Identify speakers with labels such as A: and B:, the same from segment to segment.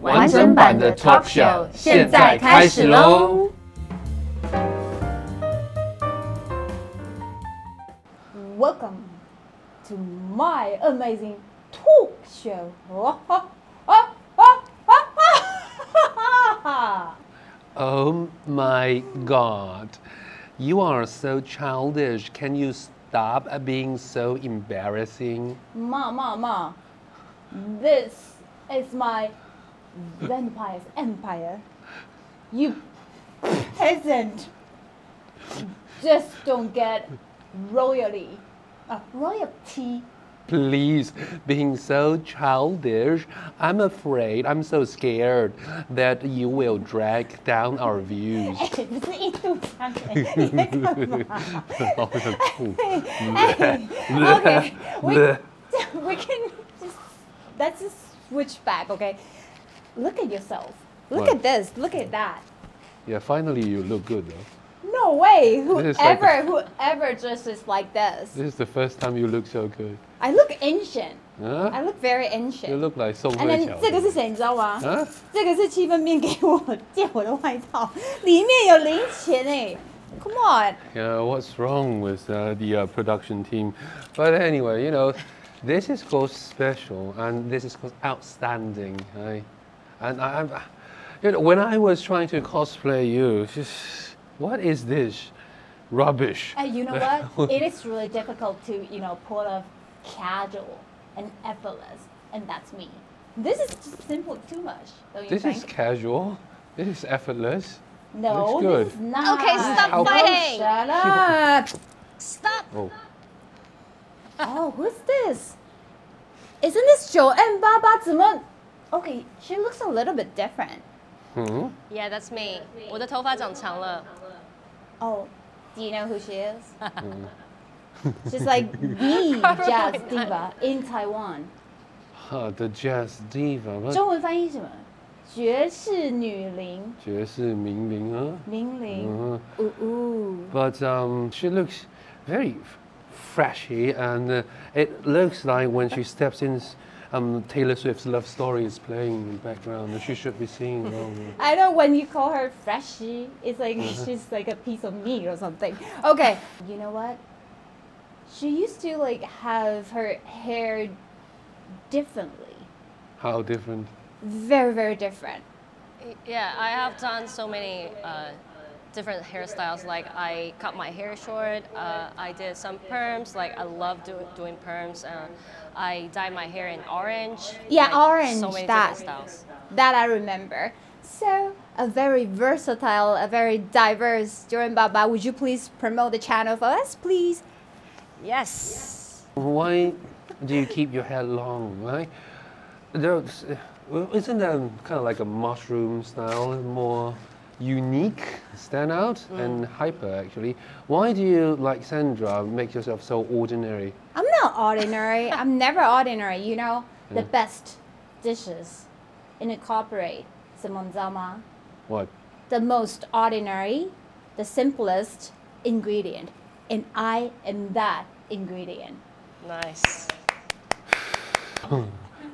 A: 完整版的 talk show 现在开始喽！
B: Welcome to my amazing talk show！啊啊啊啊啊哈哈哈！
C: Oh my God, you are so childish. Can you stop being so embarrassing?
B: 妈妈妈，This is my vampire's empire. You peasant, just don't get royally, uh, royalty.
C: Please, being so childish, I'm afraid, I'm so scared that you will drag down our views.
B: 哎，不是印度腔哎，你在干嘛？
C: 好想吐
B: okay, we, we can just let's just switch back. Okay, look at yourself. Look
C: What?
B: at this. Look at that.
C: Yeah, finally you look good. Though.
B: No way.
C: This is like
B: Whoever whoever dresses like this,
C: This is the first time you look so good.
B: I look ancient.
C: Huh?
B: I look very
C: You
B: ancient.
C: look like Song
B: And then 这个是
C: Hui
B: 谁，你知道吗？
C: 啊
B: 这个是七分面给我借我的外套，里面有零钱哎。Come on.
C: Yeah, Uh, what's wrong with uh, the uh, production team? But anyway, you know, this is called special and this is called outstanding. I, and I, I'm, you know, when I was trying to cosplay you, it's just, what is this rubbish?
B: And you know what? it is really difficult to, you know, pull off casual and effortless, and that's me. This is just simple too much, don't you
C: This
B: think?
C: is casual. This is effortless.
B: no,
C: looks good.
B: this is not. Oh,
D: Okay, stop
C: How-
D: fighting.
B: Shut up!
D: Stop.
C: Oh,
B: oh, who's this? Isn't this Joanne Baba Zimon? Okay, she looks a little bit different.
C: hmm?
E: Yeah, that's me. 我的头发长长了。
B: Oh, do you know who she is? She's like the
E: Probably
B: jazz
E: not.
B: diva in Taiwan.
C: Huh, Ah, the jazz diva. what-
B: 中文翻译什么？爵士女伶，
C: 爵士名伶啊。
B: 名伶。
C: Uh-huh.
B: 呜呜，
C: But um, she looks very f- freshy, and uh, it looks like when she steps in, um, Taylor Swift's Love Story is playing in the background, and she should be singing along.
B: I know when you call her freshy, it's like she's like a piece of meat or something. Okay, you know what? She used to like have her hair differently,
C: How different.
B: very very different.
E: Yeah, I have done so many uh, different hairstyles. Like I cut my hair short. Uh, I did some perms. Like I love do, doing perms. Uh, I dyed my hair in orange.
B: Yeah,
E: Like,
B: orange,
E: So many
B: that.
E: different styles.
B: That I remember. So a very versatile, a very diverse Joran Baba. Would you please promote the channel for us, please?
E: Yes.
C: Why do you keep your hair long? Why? There's, well, isn't that kind of like a mushroom style, more unique, stand out, and hyper actually? Why do you, like Sandra, make yourself so ordinary?
B: I'm not ordinary. I'm never ordinary. You know, the
E: Mm.
B: best dishes in a corporate, Simonzama.
C: What?
B: The most ordinary, the simplest ingredient. And I am that ingredient.
E: Nice.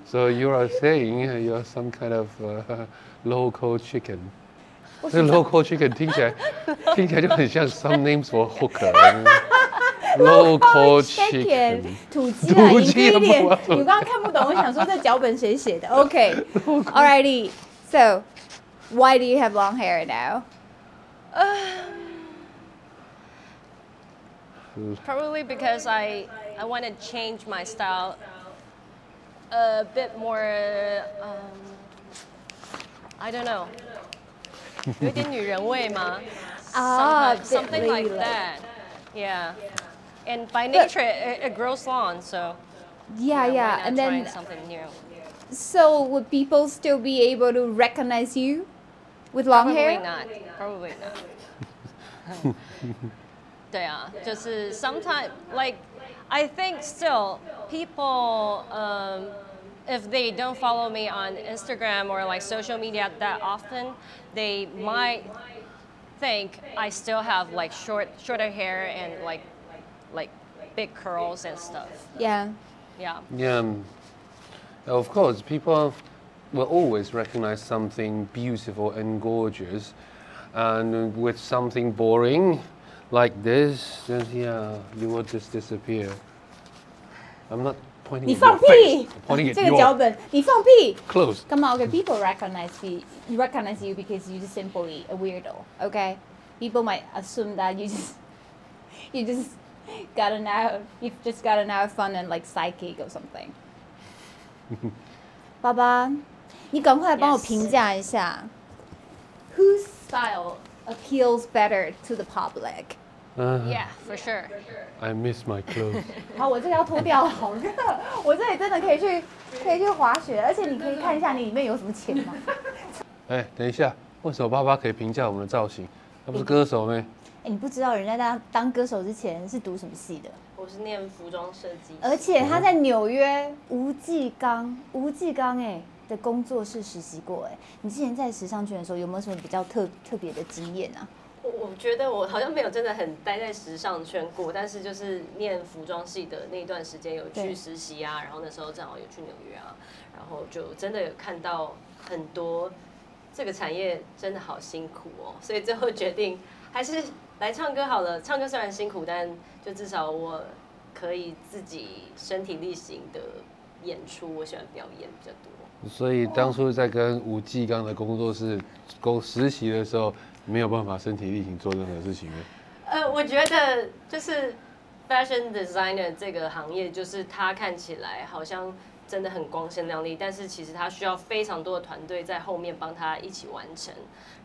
C: So you are saying uh, you are some kind of uh, local chicken. 那 local chicken 听起来听起来就很像 some names for hooker 嗯。local chicken
B: 土鸡的
C: 土鸡
B: ingredient，
C: 的不
B: 你我刚刚看不懂，我想说这脚本谁写 的？OK，alrighty，so、why do you have long hair now？
E: Probably because I I want to change my style a bit more. Um, I don't know. 有一点女人味吗？
B: Ah,
E: Sometimes,
B: bit
E: something like
B: ladylike.
E: that. Yeah. And by nature, it, it grows long, so
B: Yeah,
E: why
B: yeah.
E: not
B: And
E: trying
B: then,
E: something new.
B: so would people still be able to recognize you? with long
E: Probably
B: hair?
E: not. Probably not. 对啊，就是 sometimes uh, like I think still people um, if they don't follow me on Instagram or like social media that often, they might think I still have like short shorter hair and like like big curls and stuff.
B: Yeah.
E: Yeah.
C: Yeah, um, of course, people will always recognize something beautiful and gorgeous, and with something boring like this, then yeah, you will just disappear. I'm not pointing
B: 你
C: at your
B: 放
C: face. I'm！
B: 屁
C: pointing
B: 这
C: at
B: 个脚
C: your
B: 本，你放屁！
C: clothes.
B: Come on, okay. People recognize you. You recognize you because you're just simply a weirdo. Okay, people might assume that you just you just got an out. You've just got an out of fun and like psychic or something. 爸爸，你赶快帮我
E: Yes.
B: 评价一下 whose style appeals better to the public？
C: Uh,
E: Yeah, for sure.
C: I miss my clothes.
B: 好，我这个要脱掉了，好热！我这里真的可以去可以去滑雪，而且你可以看一下你里面有什么钱 吗？
C: 哎，等一下，为什么爸爸可以评价我们的造型？他不
E: 嗯
C: 是歌手吗？
B: 哎、你不知道人家当当歌手之前是读什么系的，
E: 我是念服装设计。
B: 而且他在纽约吴继刚，吴继刚哎的工作室实习过哎、你之前在时尚圈的时候有没有什么比较特特别的经验啊？
E: 我我觉得我好像没有真的很待在时尚圈过，但是就是念服装系的那段时间有
B: 对
E: 去实习啊，然后那时候正好有去纽约啊，然后就真的有看到很多这个产业真的好辛苦哦，所以最后决定还是来唱歌好了。唱歌虽然辛苦，但就至少我可以自己身体力行的演出，我喜欢表演比较多。
C: 所以当初在跟吴继刚的工作室工实习的时候，没有办法身体力行做任何事情的。
E: 呃，我觉得就是 fashion designer 这个行业，就是它看起来好像真的很光鲜亮丽，但是其实它需要非常多的团队在后面帮它一起完成。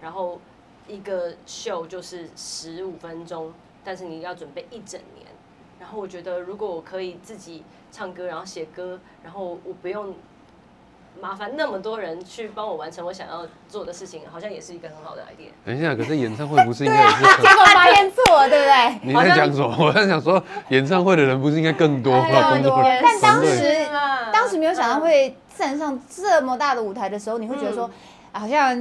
E: 然后一个秀就是十五分钟，但是你要准备一整年。然后我觉得，如果我可以自己唱歌，然后写歌，然后我不用麻烦那么多人去帮我完成我想要做的事情，好像也是一个很好的 idea。
C: 等一下，可是演唱会不是应该也是很？
E: 啊
B: 结果发现错，对不对？
C: 你在讲什么？我在想说，演唱会的人不是应该更多吗？
B: 哎
C: 工
B: 呦
C: 作人
B: 但当
C: 团队
B: 时
E: 是啊
B: 当时没有想到
E: 嗯
B: 会站上这么大的舞台的时候，你会觉得说，啊好像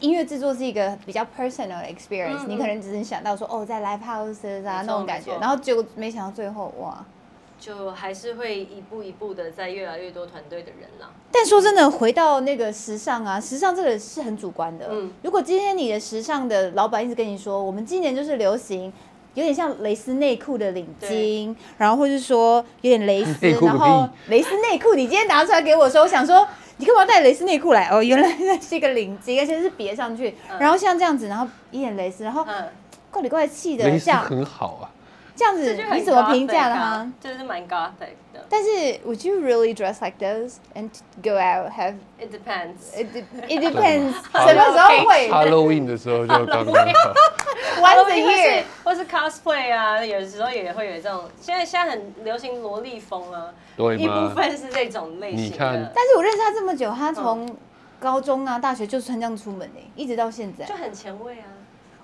B: 音乐制作是一个比较 personal 的 experience，、你可能只是想到说，哦，在 live houses 啊
E: 嗯没错
B: 那种感觉
E: 没，错
B: 然后结果没想到最后哇。
E: 就还是会一步一步的在越来越多团队的人啦。
B: 但说真的，回到那个时尚啊，时尚这个是很主观的。
E: 嗯
B: 如果今天你的时尚的老板一直跟你说，我们今年就是流行。有点像蕾丝内裤的领巾，然后或是说有点蕾丝，
C: 内裤个
B: 然后
C: 屁
B: 蕾丝内裤，你今天拿出来给我说，我想说你干嘛带蕾丝内裤来？哦，原来那是一个领巾，而且是别上去，然后像这样子，然后一点蕾丝，然后
E: 嗯，
B: 怪里怪气的
C: 蕾
B: 这
C: 丝
B: 样，
C: 很好啊。
B: 这样
E: 这
B: 子
E: 就很
B: 你怎么评价的
E: gothic
B: 哈
E: 啊？就是蛮 gothic 的。
B: 但是 Would you really dress like those and go out have
E: It depends。
B: It, de- it depends，
C: 好
B: 什么时候会
C: Halloween 的时候就刚刚好。
B: ？Once
E: 或
B: a
E: 是
B: year，
E: 或是 cosplay 啊，有时候也会有这种。现在现在很流行萝莉风啊，
C: 对吗
E: 一部分是这种类
C: 你
E: 型
C: 看
E: 的，
B: 但是我认识他这么久，他
E: 嗯
B: 从高中啊、大学就穿这样出门诶、一直到现在
E: 就。很前卫 啊。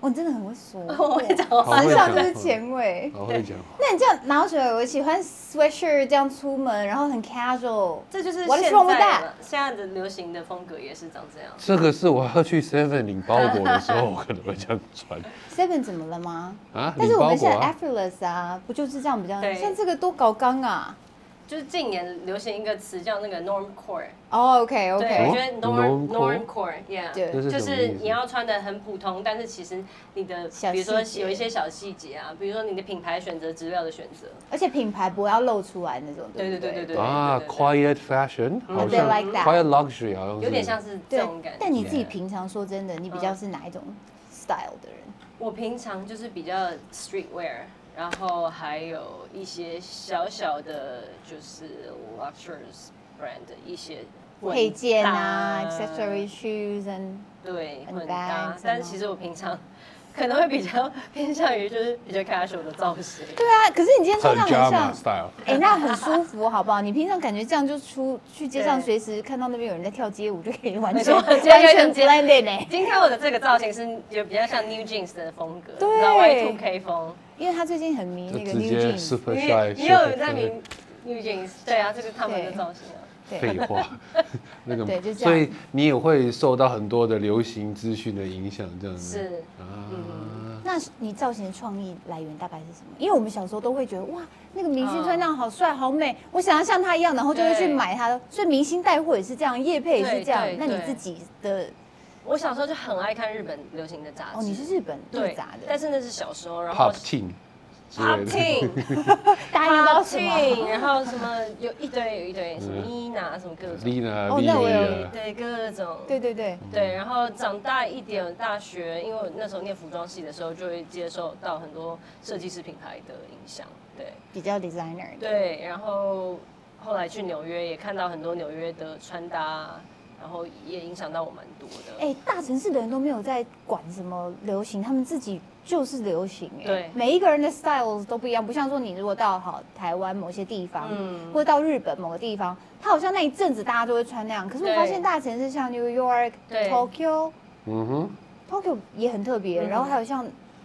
B: 哦，你真的很会说，
E: 我会讲话
C: 好
B: 时
C: 会
B: 尚
C: 讲
B: 就是前卫。
C: 好会讲话。
B: 那你这样拿出来，我喜欢 sweatshirt 这样出门，然后很 casual，
E: 这就是
B: What is
E: 现
B: wrong with
E: 在
B: that？
E: 了现在的流行的风格也是长这样。
C: 这个是我要去 Seven 领包裹的时候，我可能会这样 穿
B: Seven 怎么了吗？
C: 啊，
B: 但是
C: 领
B: 我
C: 包
B: 们
C: 裹
B: 现在
C: 啊。
B: effortless 啊，不就是这样比较？
E: 对
B: 像这个多搞刚啊。
E: 就是近年流行一个词叫那个 normcore，
B: 哦，OK
E: 对，我
B: OK，
E: 觉得
C: 哦
E: norm
C: normcore
E: normcore，yeah，
B: 对
C: 这是什
E: 就
C: 么
E: 是
C: 意思
E: 你要穿的很普通，但是其实你的
B: 小，
E: 比如说
B: 细节
E: 有一些小细节啊，比如说你的品牌选择、资料的选择，
C: 嗯
B: 而且品牌不要露出来那种，
E: 对
B: 对
E: 对
B: 不
E: 对对对
C: 啊
E: 对对对
C: ，Quiet Fashion，好像
B: They like that
C: Quiet Luxury 啊好像是
E: 有点像是这
B: 对
E: 种感，觉。
B: 但你自己
C: Yeah
B: 平常说真的，你比较是哪一种 style 的人？
E: 我平常就是比较 streetwear，然后还有一些小小的，就是 luxurious brand 的一些混搭
B: 配件啊，accessory shoes and
E: 对，
B: 很
E: 混
B: bad
E: 搭
B: 什。
E: 但
B: 么
E: 其实我平常看可能会比较 偏向于就是比较 casual 的造型。
B: 对啊，可是你今天穿上很
F: Jama
B: 像，
F: style，
B: 哎、那很舒服，好不好？你平常感觉这样就出去街上，
E: 对
B: 随时看到那边有人在跳街舞，就可以完
E: 没
B: 全
E: 错
B: 完
E: 今天就
B: 全
E: 跟
B: blended 呢、
E: 今天我的这个造型是就比较像 New Jeans 的风格，
B: 对
E: 然后 Y2K 风，
B: 因为他最近很迷
C: 就
B: 那个
C: 直
B: New
C: 接
B: Jeans，
C: super
E: 也
C: shy，
E: 也有
C: super
E: 在
C: clean
E: 名 New Jeans，对啊，这是他们的
B: 对
E: 造型啊。
B: 对
C: 废话， 那个
B: 对就这样
C: 所以你也会受到很多的流行资讯的影响，这样子
E: 是
C: 啊，
B: 那你造型的创意来源大概是什么？因为我们小时候都会觉得哇，那个明星穿那样好帅好美，我想要像他一样，然后就会去
E: 嗯对
B: 买他的。所以明星带货也是这样，叶配也是
E: 对
B: 这样
E: 对。
B: 那你
E: 对
B: 自己的
E: 我小时候就很爱看日本流行的杂志，
B: 哦，你是日本
E: 对
B: 日杂的，
E: 但是那是小时候，然后
C: ，pop teen 之
E: Pop
C: 类的，
E: Teen，
B: 大家应该都什么？
E: 然后什么有一堆有一
C: 嗯
E: 堆什么 Nina 什么各种，
C: Lina 啊
B: 哦那我有
C: Lina，
E: 对各种
B: 对对对，
E: 对，然后长大一点，大学因为我那时候念服装系的时候，就会接受到很多设计师品牌的影响，对
B: 比较 designer 的。
E: 对，然后后来去纽约也看到很多纽约的穿搭，然后也影响到我蛮多的。
B: 哎、大城市的人都没有在管什么流行，他们自己就是流行、哎，
E: 对
B: 每一个人的 styles 都不一样，不像说你如果到好台湾某些地方，
E: 嗯
B: 或者到日本某个地方，他好像那一阵子大家都会穿那样。可是我
E: 对
B: 发现大城市像 New York、
E: 对
B: Tokyo、
C: 嗯哼，
B: Tokyo 也很特别，然后
E: 嗯
B: 还有像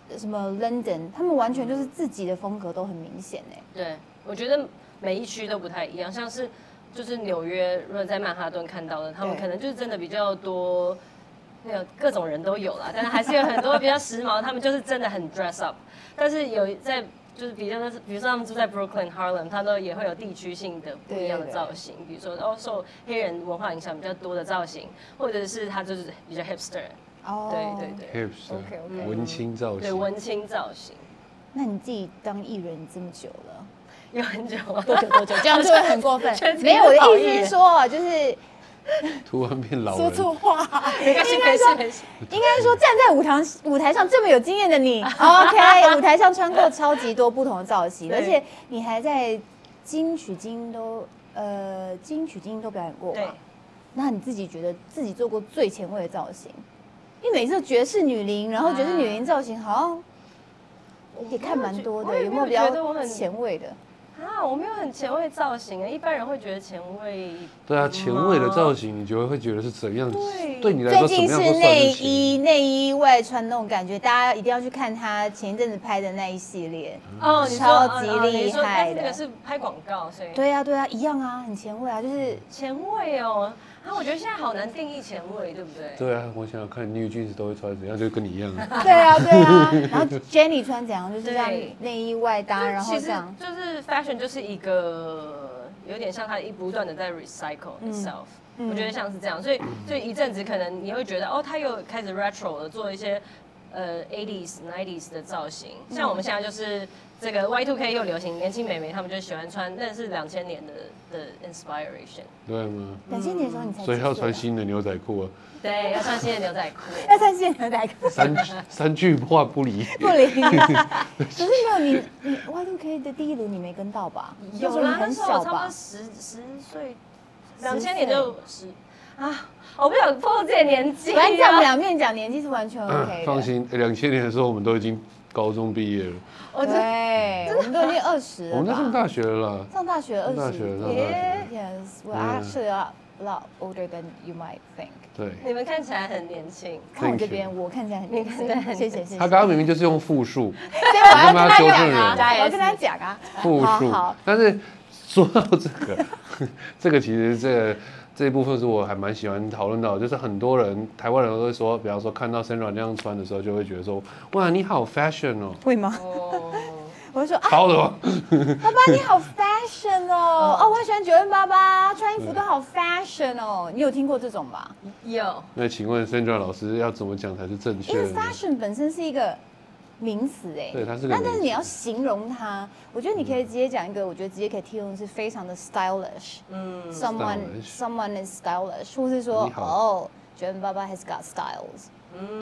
B: 呃什么 London，他们完全就是自己的风格都很明显、哎，
E: 对，我觉得每一区都不太一样，像是就是纽约，如果在曼哈顿看到的，他们
B: 对
E: 可能就是真的比较多，那个各种人都有啦，但是还是有很多比较时髦，他 们就是真的很 dress up。但是有在就是比较，比如说他们住在 Brooklyn、Harlem，他都也会有地区性的不一样的
B: 对对
E: 造型，比如说哦受黑人文化影响比较多的造型，或者是他就是比较 hipster，
B: 哦
E: 嗯对对对。
C: ，hips，文青造
E: 对
C: 型，
E: 文青造型
B: 那你自己当艺人这么久了，
E: 有很久啊，
B: 多久？这样就会很过分
E: 全。体
B: 没有，我的
E: 讨
B: 意思
E: 厌
B: 是说，啊就是
C: 突然变老
B: 说
C: 人，
B: 错话。
E: 没 关系没事没事，
B: 应该说，站在舞堂舞台上这么有经验的 你，OK，舞台上穿过超级多不同的造型，
E: 对
B: 而且你还在金曲金都呃金曲金都表演过
E: 对
B: 嘛？那你自己觉得自己做过最前卫的造型？因为每次都爵士女伶，然后爵士女伶造型好像也看蛮多
E: 我
B: 的，
E: 也
B: 有
E: 没
B: 没
E: 有
B: 有比
E: 觉得我
B: 较
E: 很
B: 前卫的？
E: 啊，我没有很前卫造型啊，一般人会觉得前卫。
C: 对啊，前卫的造型，你觉得会觉得是怎样？
E: 对
C: 对你来
B: 最
C: 说，怎么
B: 近
C: 样
B: 是
C: 都算
B: 内
C: 是前
B: 衣内衣外穿那种感觉，大家一定要去看她前一阵子拍的那一系列。
E: 哦
B: 超级
E: 哦哦你
B: 厉
E: 说
B: 害的
E: 但是那个是拍广告，所以
B: 对啊，对啊，一样啊，很前卫啊，就是
E: 前卫哦。啊，我觉得现在好难定义前卫，对不对？
C: 对啊，我想想看，New Jeans 都会穿怎样，就跟你一 样啊。
B: 对啊，对啊。然后 Jenny 穿怎样，就是这样
E: 对
B: 内衣外搭，然后
E: 其
B: 这
E: 实
B: 样。
E: 就是 fashion 就是一个有点像它一不断的在 recycle
B: 嗯
E: itself、我觉得像是这样，所以所以一阵子可能你会觉得哦，它又开始 retro 了，做一些呃 80s、90s 的造型。
B: 嗯
E: 像我们现在就是这个 Y2K 又流行，年轻美眉她们就喜欢穿，那是两千年的的 inspiration。
C: 对吗？
B: 两千年的时候你才
C: 所以要
B: 几岁啊
C: 穿新的牛仔裤啊，
E: 对，要穿新的牛仔裤。
B: 要穿新牛仔裤，
C: 三 三句话不离。
B: 不灵啊。可是没有你，你 Y Two K 的第一轮你没跟到吧？那时
E: 有
B: 候你
E: 啦，那
B: 很
E: 时候
B: 小
E: 我差不
B: 吧
E: 多？十十岁，
B: 十
E: 两
B: 岁
E: 千年就十啊，我不想破自己的年纪、
B: 反正在我们
E: 啊。
B: 两面讲年纪是完全 OK 的。
C: 放心，哎两千年的时候我们都已经高中毕业了，
E: 我真
B: 对，我们都已经二十
C: 我
B: 了
C: 们都上
B: 吧？
C: 大学了啦。
B: 上大学二
C: 上大
B: 十
C: 学上大学
B: Yes, we're
C: 嗯
B: actually a lot older than you might think.
C: 对，
E: 你们看起来很年轻，
B: 看我
C: Thank
B: 这
C: you
B: 边，我看起来很年 轻。谢谢谢谢。
C: 他刚刚明明就是用复数，
B: 所以我要跟他
C: 你干嘛纠
B: 讲
C: 正
B: 啊
C: 人，
B: 我要跟他讲啊。
C: 复
B: 好
C: 数
B: 好。
C: 但是说到这个， 这个其实这个这一部分是我还蛮喜欢讨论到的，就是很多人台湾人都会说，比方说看到 Sandra 那样穿的时候，就会觉得说，哇，你好 fashion 哦，
B: 会吗？我就说啊，
C: 超的哦吗？
B: 爸爸你好 fashion 哦，哦，我很喜欢九零八八，穿衣服都好 fashion 哦。你有听过这种吧？
E: 有
C: 那请问 Sandra 老师要怎么讲才是正确
B: 因为
C: 的呢？
B: fashion 本身是一个名词哎，
C: 对它是个
B: 那
C: 名
B: 但是
C: 词嗯
B: 你要形容它，我觉得你可以直接讲一个，我觉得直接可以听用是非常的 stylish，嗯，someone
C: Stylish
B: someone is stylish，或是说
C: 你好
B: 哦，九零八八 has got styles，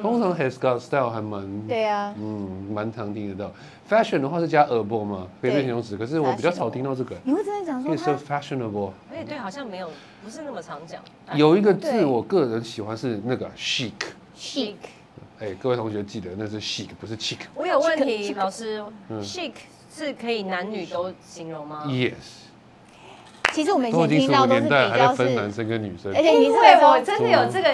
C: 通常 has got style 还蛮
B: 对啊，
C: 嗯，蛮常听得到。Fashion 的话是加 able 嘛，可以变
B: 对
C: 形容词，可是我比较少听到这个。
B: 你会真的讲
C: 可
B: 说
C: 以说
B: 他
C: fashionable。
E: 哎、对，好像没有，不是那么常讲。
C: 有一个
B: 啊对
C: 字我个人喜欢是那个 chic，
B: chic。
C: 哎、各位同学记得那是 chic 不是 chic。
E: 我有问题，老师，chic 是可以男女都形容吗？
C: Yes，
B: 其实我们以
C: 都
B: 前
C: 已经
B: 听
C: 十
B: 到
C: 五
B: 都是
C: 年
B: 比
C: 代还
B: 较
C: 在
B: 是，哎
C: 分男生跟女生
B: 而。且你
E: 因
B: 是
E: 为我
B: 那种
E: 真的有这个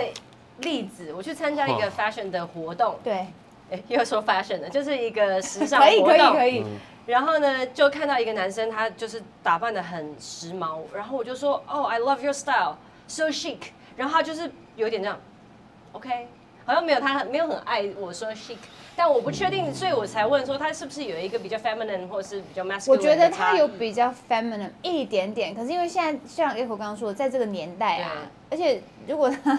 E: 例子，我去参加一个 fashion 的活动，
B: 对，
E: 哎，又说 fashion 了，就是一个时尚
B: 可以
E: 活
B: 可以
E: 动
B: 可。以，
E: 然后呢，就看到一个男生，他就是打扮的很时髦，然后我就说，哦、i love your style, so chic。然后他就是有点这样，OK，好像没有他很没有很爱我说 chic，但我不确定，所以我才问说他是不是有一个比较 feminine 或是比较 masculine
B: 我觉得
E: 的
B: 他
E: 差异
B: 有比较 feminine 一点点，可是因为现在像 Echo 刚刚说的，在这个年代啊，而且如果 他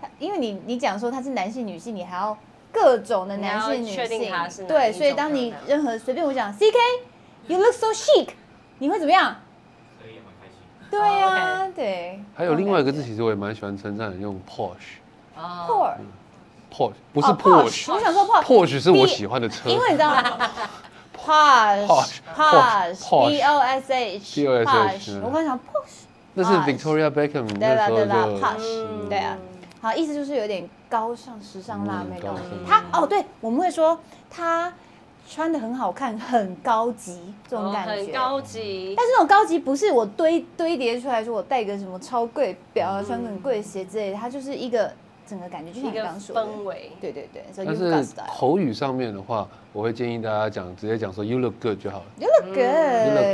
B: 他，因为你你讲说他是男性女性，你还要各种的男性
E: 你
B: 女
E: 要确定他是
B: 性，
E: 哪一
B: 对，
E: 种
B: 所以当你
E: 漂亮
B: 任何随便我讲 CK，you look so chic，你会怎么样？对呀、
E: 哦
B: 啊，对。
C: 还有另外一个字，其实我也蛮喜欢称赞的，用 Porsche，Porsche
E: 哦
B: Porsche，
C: 不是
B: 哦
C: Porsche，Porsche、
B: 我想说 Porsche，
C: Porsche 是我喜欢的车
B: 因为你知道 吗
C: Porsche，
B: ？Porsche
C: Porsche
B: P O S H
C: P O S H，
B: Porsche，
C: 嗯
B: 我刚想 Porsche，
C: 那是 Victoria Beckham
B: 啊对
C: 那
B: 吧
C: 时候
B: 对吧
C: 就嗯
B: ，Porsche，对啊。好，意思就是有点高尚、时尚辣妹
C: 嗯
B: 那种
C: 高尚。
B: 她哦，对，我们会说她穿的很好看，很高级这种
E: 哦
B: 感
E: 很
B: 觉。
E: 高级
B: 但。是那种高级不是我堆堆叠出来，说我戴个什么超贵表啊，穿个很贵的鞋之类的，它就是一个整个感觉，就像
E: 一
B: 你
E: 个
B: 刚刚说的
E: 氛围
B: 对对对，所以
C: 但
B: you got
C: 是
B: style。
C: 口语上面的话，我会建议大家讲直接讲说 You look good 就好了
B: You look
C: ，You
B: good，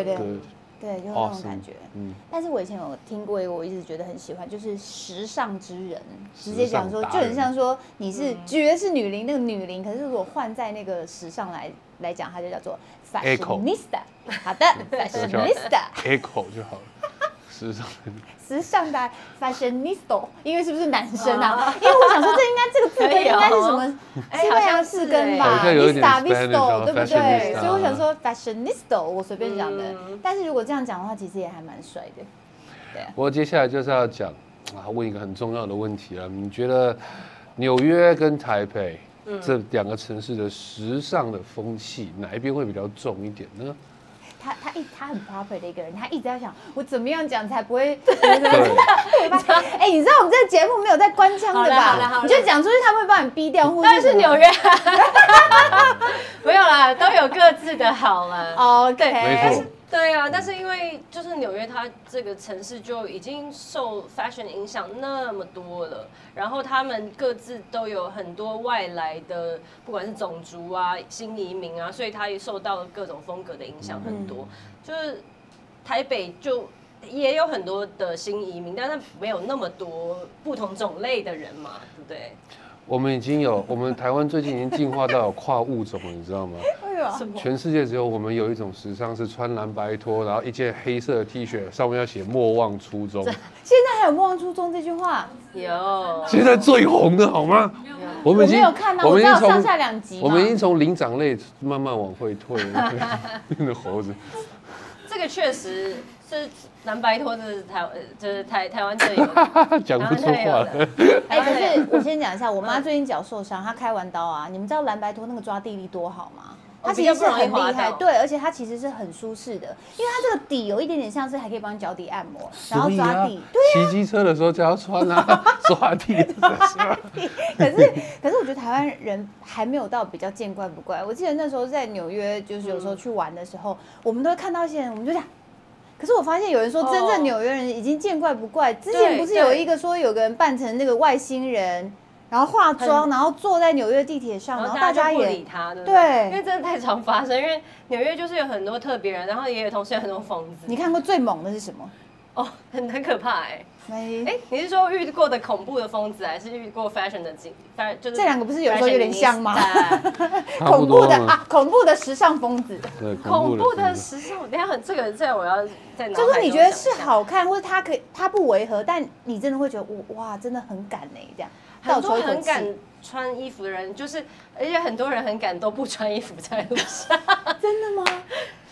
C: look good，
B: 对，就是那种
C: awesome，
B: 感觉。
C: 嗯，
B: 但是我以前有听过一个，我一直觉得很喜欢，就是时尚之人，
C: 时
B: 直接讲
C: 尚
B: 说，就
C: 达
B: 很
C: 人
B: 像说你
E: 嗯
B: 是绝是女伶那个女伶，可是如果换在那个时尚来来讲，它就叫做
C: Echo
B: fashionista。好 的，fashionista，
C: 开口就好了，时尚人
B: 时尚的 fashionista，因为是不是男生啊？因为我想说，这应该这个字
E: 哦可
B: 根
E: 以
B: 应
E: 哦
B: 该是什么？
E: 哎
B: 西
E: 好
B: 班牙
E: 像
B: 字
E: 是
B: 根
E: 哎
B: 吧
C: 好像有一点
B: Vista
C: Spanish 啊
B: 对不对？
C: fashionista 嗯
B: 所以我想说 fashionista，我随便讲的
E: 嗯。
B: 但是如果这样讲的话，其实也还蛮帅的。
C: 不过接下来就是要讲啊，问一个很重要的问题了。你觉得纽约跟台北、
B: 嗯
C: 这两个城市的时尚的风气，哪一边会比较重一点呢？
B: 他他一他很 proper 的一个人，他一直在想我怎么样讲才不 会。
C: 对，
B: 哎、你知道我们这个节目没有在官腔的
E: 好了好了好
B: 吧？
E: 了
B: 你就讲出去，他们会把你逼掉，或者
E: 但是
B: 什么
E: 纽约， 没有啦，都有各自的好啦。
B: OK，
C: 没错。
E: 对啊，但是因为就是纽约，它这个城市就已经受 fashion 影响那么多了，然后他们各自都有很多外来的，不管是种族啊、新移民啊，所以它也受到了各种风格的影响很多。就是台北就也有很多的新移民，但是没有那么多不同种类的人嘛，对不对？
C: 我们已经有，我们台湾最近已经进化到有跨物种了，你知道吗？
B: 哎呦，
C: 全世界只有我们有一种时尚是穿蓝白拖，然后一件黑色的 T 恤，上面要写“莫忘初衷
B: 现在还有莫忘初衷这句话，
E: 有”，
C: 现在最红的好吗？我
B: 我没有看到，
C: 我
B: 我
C: 们
B: 知
C: 已经
B: 道
C: 从
B: 上下两集
C: 我
B: 嘛
C: 们。已经从灵长类慢慢往回退了，变成猴子。
E: 这个确实是蓝白拖，这是台呃就是台台湾这里有的，
C: 讲
E: 台
C: 不
E: 湾
C: 出
E: 这里有
C: 话
E: 的
C: 了。。
B: 哎、可是我先讲一下，我妈最近脚受伤，她开完刀啊，你们知道蓝白拖那个抓地力多好吗？
E: 哦
B: 它其实
E: 比
B: 是
E: 较不容易
B: 很厉
E: 滑
B: 害，
E: 倒
B: 对，而且它其实是很舒适的，因为它这个底有一点点像是还可以帮你脚底按摩，然后
C: 啊
B: 抓地，对，
C: 骑机车的时候就要穿啊，抓地的时候。
B: 可是，可是我觉得台湾人还没有到比较见怪不怪。我记得那时候在纽约，就是有时候去玩的时候，
E: 嗯
B: 我们都会看到一些人，我们就讲。可是我发现有人说，
E: 哦
B: 真正纽约人已经见怪不怪。之前
E: 对
B: 不是有
E: 对
B: 一个说有个人扮成那个外星人，然后化妆，
E: 很
B: 然后坐在纽约地铁上，
E: 然
B: 然
E: 后
B: 后
E: 大
B: 哦大
E: 家
B: 家
E: 就不理
B: 也
E: 他，对不
B: 对
E: 因为真的太常发生。因为纽约就是有很多特别人，然后也有同时有很多疯子。
B: 你看过最猛的是什么？
E: 哦，很很可怕哎、
B: 哎
E: 哎、，你是说遇过的恐怖的疯子，还是遇过 fashion 的景？反就是
B: 这两个不是有时候有点像吗
E: fashionista
C: 差不
B: 恐怖
C: 多
B: 的
C: 了
B: 啊，恐怖的时尚疯子，
C: 对，
E: 恐怖的
C: 是
E: 时尚，等一下很这个这个我要在脑海
B: 就是你
E: 中
B: 觉得
E: 想
B: 是
E: 一下。
B: 好看，或者他可以他不违和，但你真的会觉得哇哇，真的很敢呢、这样倒
E: 很
B: 抽
E: 多
B: 一口
E: 很
B: 气。
E: 敢穿衣服的人，就是而且很多人很敢都不穿衣服在路上，
B: 真的吗？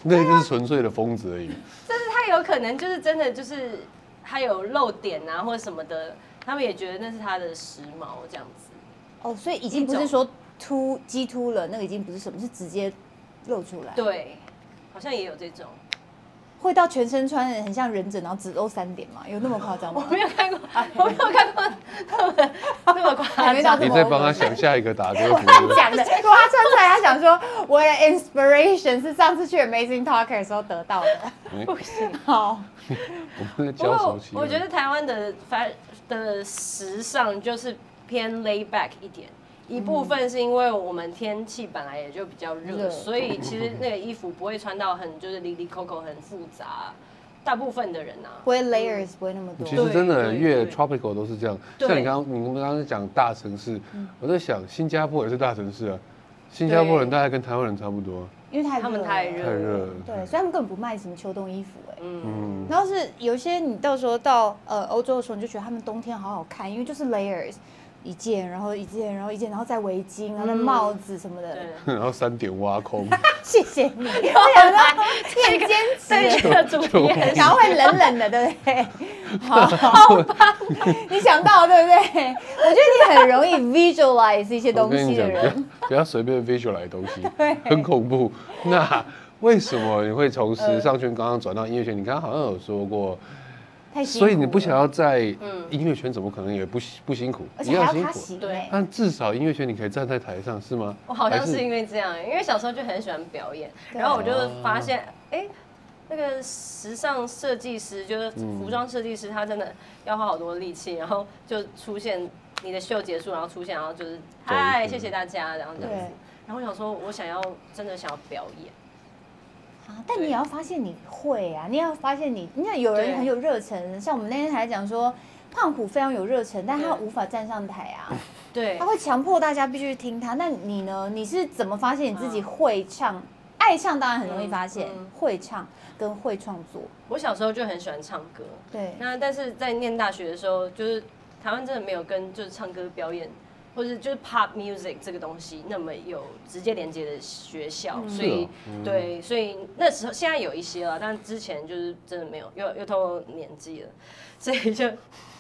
C: 那个是纯粹的疯子而已。
E: 但是他有可能就是真的就是他有露点啊或者什么的，他们也觉得那是他的时髦这样子。
B: 哦，所以已经不是说凸鸡凸了，那个已经不是什么，是直接露出来。，
E: 对，好像也有这种。
B: 会到全身穿得很像忍者，然后只露三点吗？有那么夸张吗？
E: 没有看过，我没有看过那么那么
B: 还
E: 夸
B: 没到
E: 张
B: 这。
C: 你
B: 么
C: 在帮他 想下一个打歌
B: 我乱讲的，结果他穿出来，他想说我的 inspiration 是上次去 Amazing Talker 的时候得到的。
C: 服，
B: 好，
C: 我们在
E: 不
C: 教手
E: 过
C: 机。
E: 我觉得台湾的发的时尚就是偏 lay back 一点，一部分是因为我们天气本来也就比较热，
B: 热
E: 所以其实那个衣服不会穿到很就是里里扣扣很复杂，大部分的人啊呐、
B: 不会 layers 不会那么多
C: 其。实真的
E: 对
C: 越
E: 对
C: tropical 都是这样，
E: 对
C: 像你刚刚你们刚刚讲大城市，我在想新加坡也是大城市啊，新加坡人大概跟台湾人差不多，
B: 因为太热了
E: 他们太热
C: 太热了。
B: 对，所以他们根本不卖什么秋冬衣服哎、
C: 嗯，
B: 然后是有一些你到时候到呃欧洲的时候，你就觉得他们冬天好好看，因为就是 layers 一件，然后一件，然后一件，然后再围巾，然后再帽子什么的。
E: 嗯对。
C: 然后三点挖空，
B: 谢谢你，我想 说夜间
E: 这
B: 值，
E: 个主题很
B: 然后会冷冷的，对不对？好，好 棒， 你想到对不对？我觉得你很容易 visualize 一些
C: 我
B: 东
C: 跟
B: 西
C: 你
B: 的
C: 讲，不
B: 人
C: 要。不要随便 visualize 东西，很恐怖。那为什么你会从时尚圈刚刚转到音乐圈？你刚刚好像有说过，
B: 太辛苦
C: 所
B: 了
C: 以你不想，要在音乐圈，怎么可能也不不辛苦？
B: 而
C: 一
B: 且还
C: 样
B: 要
C: 辛
B: 他
C: 苦。
B: 洗
E: 对
B: 美。
C: 但至少音乐圈你可以站在台上，是哦吗？
E: 我好像
C: 还
E: 是因为这样，因为小时候就很喜欢表演，
B: 对
E: 然后我就发现，哎、那个时尚设计师就是服装设计师，他真的要花好多力气，然后就出现你的秀结束，然后出现，然后就是
C: 走一圈
E: 嗨，谢谢大家，然后这样
B: 对
E: 子。然后我想说，我想要真的想要表演，
B: 啊，但你也要发现你会啊，你也要发现你，你看有人
E: 对
B: 很有热忱，像我们那天还讲说，胖虎非常有热忱，但他
E: 对
B: 无法站上台啊，
E: 对
B: 他，会强迫大家必须听他。那你呢？你是怎么发现你自己会唱？爱唱当然很容易发现，
E: 嗯嗯嗯
B: 会唱跟会创作，
E: 我小时候就很喜欢唱歌，
B: 对，
E: 那但是在念大学的时候，就是台湾真的没有跟就是唱歌表演，或者就是 pop music 这个东西那么有直接连接的学校，
B: 嗯
E: 所以、对，所以那时候现在有一些了，但之前就是真的没有，又又透过年纪了，所以就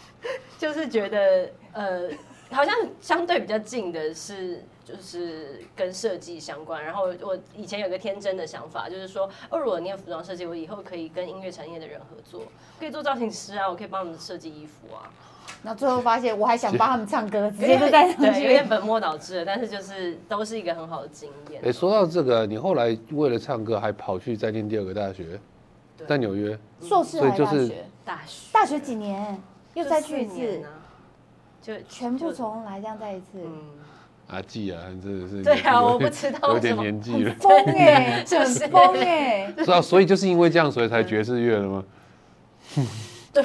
E: 就是觉得呃，好像相对比较近的是。就是跟设计相关，然后我以前有个天真的想法，就是说，哦，如果念服装设计，我以后可以跟音乐产业的人合作，可以做造型师啊，我可以帮他们设计衣服啊，
B: 然后最后发现我还想帮他们唱 歌，直
E: 有
B: 接
E: 点
B: 就站上
E: 对有点
B: 去。
E: 本末倒置了，但是就是都是一个很好的经验
C: 哎、。说到这个，你后来为了唱歌还跑去再念第二个大学，
E: 对
C: 在纽约。
B: 硕士
C: 所以
B: 还
C: 就是
B: 大学？
E: 大学
B: 大学几年？又
E: 就
B: 再去一
E: 四年
B: 次，
E: 啊，就
B: 全部
E: 就
B: 重来，这样再一次。
E: 嗯，
C: 阿季啊，真的是
E: 对啊
C: 有
E: 我不知道
C: 有
E: 为什
C: 点
E: 么
C: 年纪了，
B: 疯 哎，
E: 是不嗯是
B: 很疯哎。
C: 知道，所以就是因为这样，所以才爵士乐了吗？
E: 对，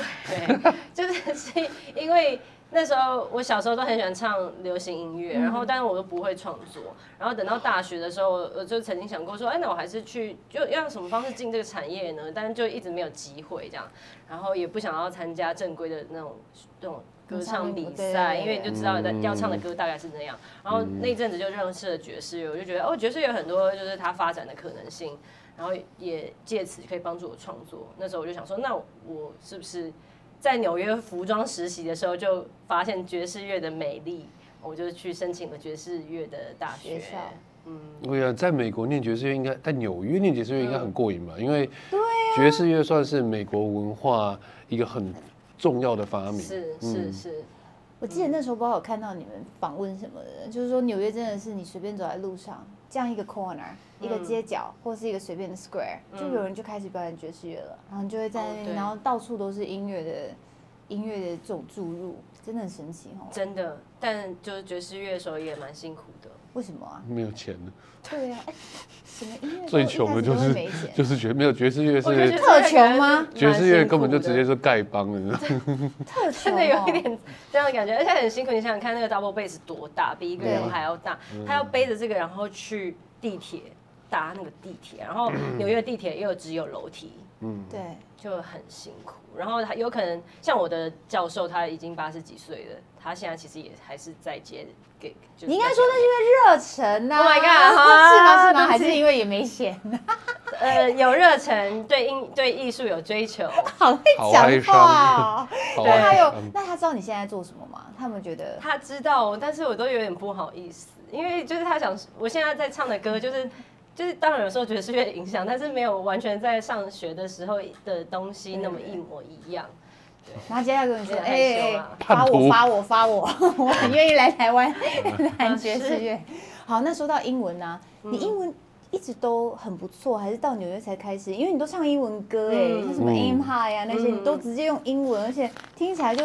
E: 就是 是因为那时候我小时候都很喜欢唱流行音乐，然后但是我都不会创作，然后等到大学的时候，我就曾经想过说，哎，那我还是去就要用什么方式进这个产业呢？但是就一直没有机会这样，然后也不想要参加正规的那种那种。歌唱比赛，
B: 对
E: 因为你就知道要唱的歌大概是那样。然后那一阵子就认识了爵士乐，我就觉得哦，爵士乐有很多就是它发展的可能性。然后也借此可以帮助我创作。那时候我就想说，那我是不是在纽约服装实习的时候就发现爵士乐的美丽？我就去申请了爵士乐的大学
B: 学校
C: 对啊，在美国念爵士乐应该，在纽约念爵士乐应该很过瘾吧？因为爵士乐算是美国文化一个很重要的发明。
E: 是是是，
B: 我记
E: 嗯
B: 得那时候不知道有看到你们访问什么的，就是说纽约真的是你随便走在路上，这样一个 corner、一
E: 嗯
B: 个街角或是一个随便的 square，就有人就开始表演爵士乐了，然后你就会在那
E: 哦
B: 边，
E: 对
B: 然后到处都是音乐的音乐的这种注入，真的很神奇哦。
E: 真的。但就是爵士乐手也蛮辛苦的，
B: 为什么啊？
C: 没有钱的，
B: 对啊，哎什么音乐都
C: 最穷的就
B: 一开始
C: 是
B: 都会没钱
C: 就是爵没有爵士乐
E: 我觉得爵
C: 是
E: 士乐
B: 特权吗
C: 爵士乐根本就
E: 蛮辛苦
C: 直接就
E: 的
C: 丐帮了，你知道吗
B: 特穷
E: 真
B: 哦
E: 的有一点这样的感觉，而且很辛苦。你想想看，那个 double bass 多大，比一个人还要大，他要背着这个，然后去地铁搭那个地铁，然后
B: 嗯
E: 纽约地铁又只有楼梯，
B: 对，
E: 就很辛苦。然后他有可能像我的教授，他已经八十几岁了，他现在其实也还是在接给。就是
B: 你应该说那是因为热忱呐、
E: Oh my god，
B: 是吗？
E: 啊
B: 是吗？
E: 对不起
B: 还是因为也没钱？
E: 呃有热忱，对音对艺术有追求。
B: 好会
C: 好哀
B: 讲
C: 伤
B: 话
C: 好啊
B: 哦。
C: 嗯
B: 那他有
C: 哀伤，
B: 那他知道你现在在做什么吗？他们觉得
E: 他知道，但是我都有点不好意思，因为就是他想，我现在在唱的歌就是就是当然有时候爵士乐影响，但是没有完全在上学的时候的东西那么一模一样。
B: 然后接下来跟你说，
E: 有点
B: 哎、哎
E: 害羞啊
B: 发
C: 叛
B: 我
C: 徒
B: 发我发我，我 很愿意来 台湾来爵士乐。好，那说到英文呢、
E: 嗯
B: 你英文一直都很不错，还是到纽约才开始？因为你都唱英文歌哎、
E: 嗯
B: 像什么
C: 嗯
B: Aim High 啊那些，
E: 嗯
B: 你都直接用英文，而且听起来就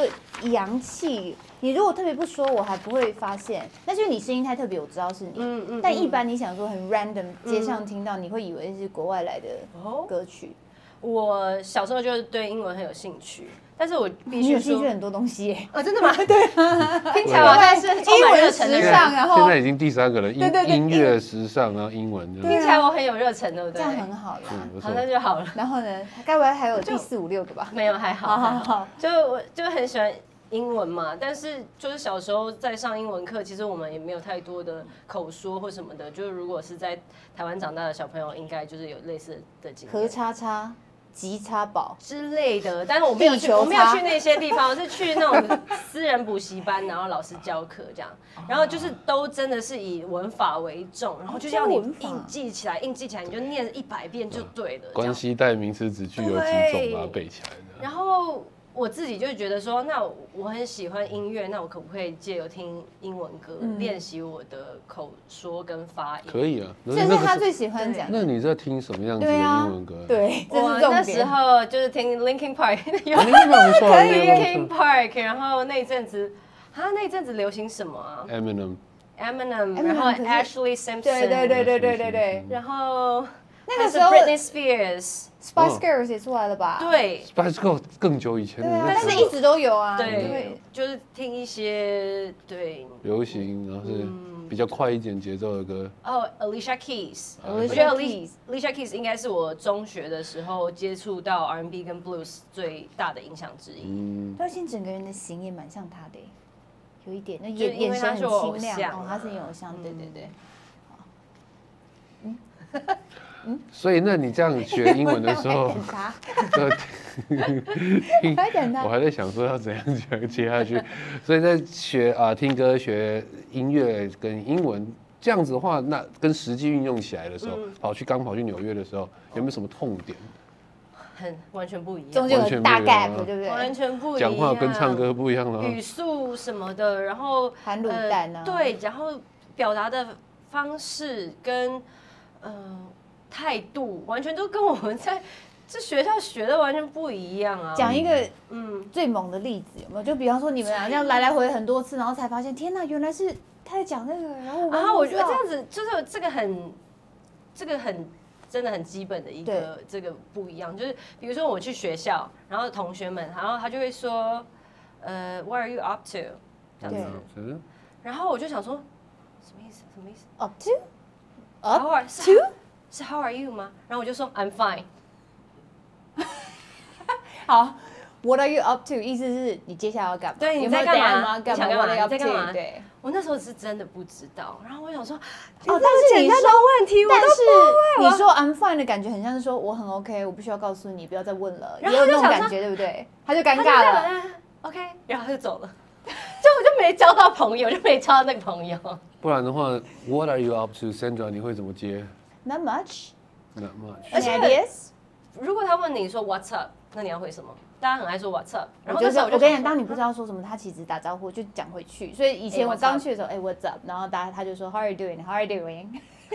B: 洋气。你如果特别不说，我还不会发现，那就是你声音太特别，我知道是你。
E: 嗯嗯
B: 但一般你想说很 random，街上听到你会以为是国外来的
E: 哦
B: 歌曲。
E: 我小时候就是对英文很有兴趣，但是我必
B: 你有
E: 须
B: 兴
E: 说
B: 趣，很多东西耶、
E: 啊，真的吗？ 对啊，听起来好像是充
B: 英
E: 满热
B: 文
E: 忱
B: 时
E: 的人，
B: 尚，然后
C: 现在已经第三个了，音
B: 对对对
C: 音乐时尚，然后英文，
E: 听
C: 对
E: 起来我很有热忱，对不
B: 这
E: 对？
B: 样很好啦。
C: 嗯不错。
E: 好，那就好了。
B: 然后呢，该不会还有第四五六个吧？
E: 没有，还好，
B: 好好
E: 还
B: 好
E: 就我就很喜欢英文嘛，但是就是小时候在上英文课，其实我们也没有太多的口说或什么的。就是如果是在台湾长大的小朋友，应该就是有类似的经
B: 和
E: 验。
B: 叉叉吉叉宝，
E: 之类的，但是我没有
B: 地
E: 去，
B: 球
E: 我没有
B: 差
E: 去那些地方，我是去那种私人补习班，然后老师教课这样，
B: 哦
E: 然后就是都真的是以文法为重，然后就要你
B: 教哦文法
E: 硬记起来，硬记起来你就念一百遍就对了。这
C: 关
E: 样
C: 系代名词子句有几种，把它背起来的。
E: 然后我自己就觉得说，那我很喜欢音乐，那我可不可以借由听英文歌、练习我的口说跟发音？
C: 可以啊，那
B: 这是他
C: 个
B: 最喜欢讲的。
C: 那你在听什么样子的
B: 对啊
C: 英文歌？，
B: 对，这
E: 我
B: 是
E: 那
B: 重
E: 时
B: 点。
E: 候就是听 Linkin Park，有
C: 那个蛮不错，啊那个蛮
E: Linkin
C: 不错。
E: Park，然后那一阵子，啊，那一阵子流行什么啊
C: Eminem，
E: ？Eminem，
B: Eminem，
E: 然后
B: 可是
E: Ashley Simpson，
B: 对对对对对对对
E: 然后
B: 那
E: 还
B: 个
E: 是
B: 时候
E: Britney Spears，
B: ，Spice Girls 也出来了吧？，
E: 对。
C: b i c e 更久以前的
B: 对啊，
C: 那
B: 但
C: 个
B: 是一直都有啊。
E: 对，，就是听一些对
C: 流行，然后是
B: 嗯
C: 比较快一点节奏的歌。
E: 哦、a l i c i a Keys，
C: 啊
B: Alicia
E: 我觉得
B: Keys
E: Alicia Keys 应该是我中学的时候接触到 R&B 跟 Blues 最大的影响之一。
C: 嗯，
B: 而且整个人的型也蛮像他的耶，有一点，那
E: 就是
B: 眼
E: 因
B: 眼
E: 为
B: 神
E: 他
B: 很
E: 是我
B: 清
E: 偶像
B: 亮。
E: 啊
B: 哦，他是你偶像，对对对。
C: 所以那你这样学英文的时
B: 我
C: 候
B: 要等，他，
C: 就
B: 我要等
C: 我
B: 他。
C: 还在想说要怎样讲接下去， 所以在学啊、听歌、学音乐跟英文这样子的话，那跟实际运用起来的时候，
B: 嗯
C: 跑去刚跑去纽约的时候，有没有什么痛点？
E: 很完全不一
B: 中
E: 样，
B: 间有
C: 完全
B: 个
C: 不
B: 大
C: 一样
B: gap，
C: 啊
B: 对不
E: 完
B: 对？
E: 全不一样。
C: 讲话跟唱歌不一样了。
E: 语速什么的，然后呃
B: 含卤蛋啊
E: 对，然后表达的方式跟呃态度，完全都跟我们在 这学校学的完全不一样啊。
B: 讲一个
E: 嗯，
B: 最猛的例子有没有？就比方说你们俩这样来来回很多次，然后才发现，天哪，原来是他在讲那个，然后我们啊
E: 然后啊我
B: 不
E: 觉
B: 知
E: 得
B: 道
E: 这样子就是这个很，这个很真的很基本的一个这个不一样，就是比如说我去学校，然后同学们，然后他就会说，呃，What are you up to？这样
B: 对
E: 子，
C: 嗯
E: 然后我就想说，什么意思？什么意思
B: up to
E: ？How
B: up
E: are 是
B: to
E: 是 How are you 吗？然后我就说 I'm fine。
B: 好，What are you up to？意思是你接下来要干嘛？
E: 对你
B: 有没有
E: 在干嘛
B: 等一下你要干嘛
E: 你想干嘛
B: ？What are you up
E: 你在干
B: to？
E: 嘛
B: 对，
E: 我那时候是真的不知道，然后我想说，
B: 但
E: 哦，
B: 是
E: 这么
B: 你
E: 简单的
B: 说
E: 问题，我
B: 但
E: 都不
B: 是
E: 会。
B: 你
E: 我
B: 说 I'm fine 的感觉，很像是说我很 OK，我不需要告诉你，不要再问了，也
E: 然后
B: 有那
E: 就
B: 种
E: 想
B: 感
E: 说
B: 觉，对不对？他就尴
E: 他就
B: 尬
E: 这
B: 了。
E: 样，OK，然 后他就走了， 就我就没交到朋友，就没交到那个朋友。
C: 不然的话，What are you up to, Sandra？你会怎么接
B: Not much。
C: ？Not much。
E: 而且
B: Any ideas？
E: 如果他问你说 What's up，那你要回什么？大家很爱说 What's up，然
B: 我
E: 后
B: 就
E: 那
B: 是
E: 时
B: 我
E: 候我就
B: 跟你讲，
E: 想
B: 当你
E: 说嗯
B: 不知道说什么，他其实打招呼就讲回去。所以以前
E: 哎
B: 我
E: what's
B: 刚
E: up？
B: 去的时候，哎，What's up？然后大家他就说 How are you doing？How are you doing？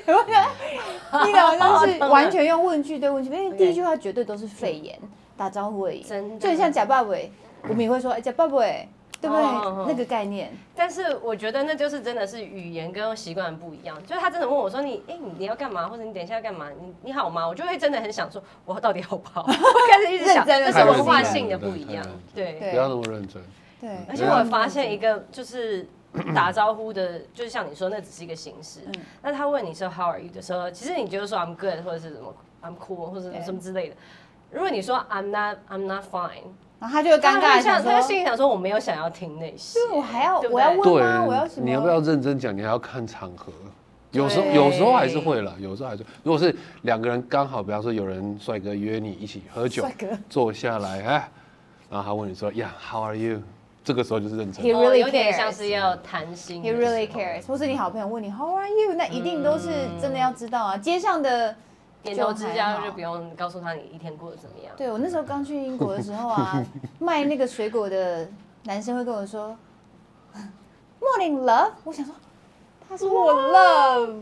B: 我 觉得你好像是完全用问句对问句，因为第一句话绝对都是肺炎打招呼而已，
E: 嗯真的嗯
B: 就很像假爸伟，我们也会说哎假爸伟，对不对
E: 哦哦哦？
B: 那个概念，
E: 但是我觉得那就是真的是语言跟习惯不一样，就是他真的问我说你哎、你你要干嘛，或者你等一下要干嘛，你你好吗？我就会真的很想说我到底好 不好，开始一直想，
B: 认真
E: 这
B: 了
E: 是文化
C: 太认真
E: 性的
C: 了
E: 不
C: 对
E: 一
C: 太
E: 样
C: 认，
E: 对。
B: 对
C: 不要那么认真。
B: 对。
E: 而且
C: 对啊
E: 我发现一个就是打招呼的，就是像你说那只是一个形式。
B: 嗯
E: 那他问你说 How are you 的时候，其实你就是说 I'm good 或者是什么 I'm cool 或者
B: 对
E: 什么之类的。如果你说 I'm not I'm not fine，
B: 然后他就会尴尬
E: 他
B: 地
E: 就
B: 想
E: 想他就
B: 说，
E: 心里想说我没有想要听那些，哦
B: 我还要
E: 对不
B: 我
E: 对
B: 要问吗？我要什
C: 对，
B: 么？
C: 你要不要认真讲？你还要看场合。有时候
E: 对
C: 有时候还是会了，有时候还是。如果是两个人刚好，比方说有人帅哥约你一起喝酒
B: 帅哥，
C: 坐下来哎，然后他问你说呀，How are you？这个时候就是认真
B: He
C: 的。
E: 哦
B: really
E: 有点
B: cares
E: 像是要谈心的
B: He
E: 时候。
B: really cares，或是你好朋友问你 How are you，那一定都是
E: 嗯
B: 真的要知道啊。街上的
E: 点头之交就
B: 还好
E: 不用告诉他你一天过得怎么样。
B: 对我那时候刚去英国的时候啊，卖那个水果的男生会跟我说 “Morning love”，我想说他说我 love，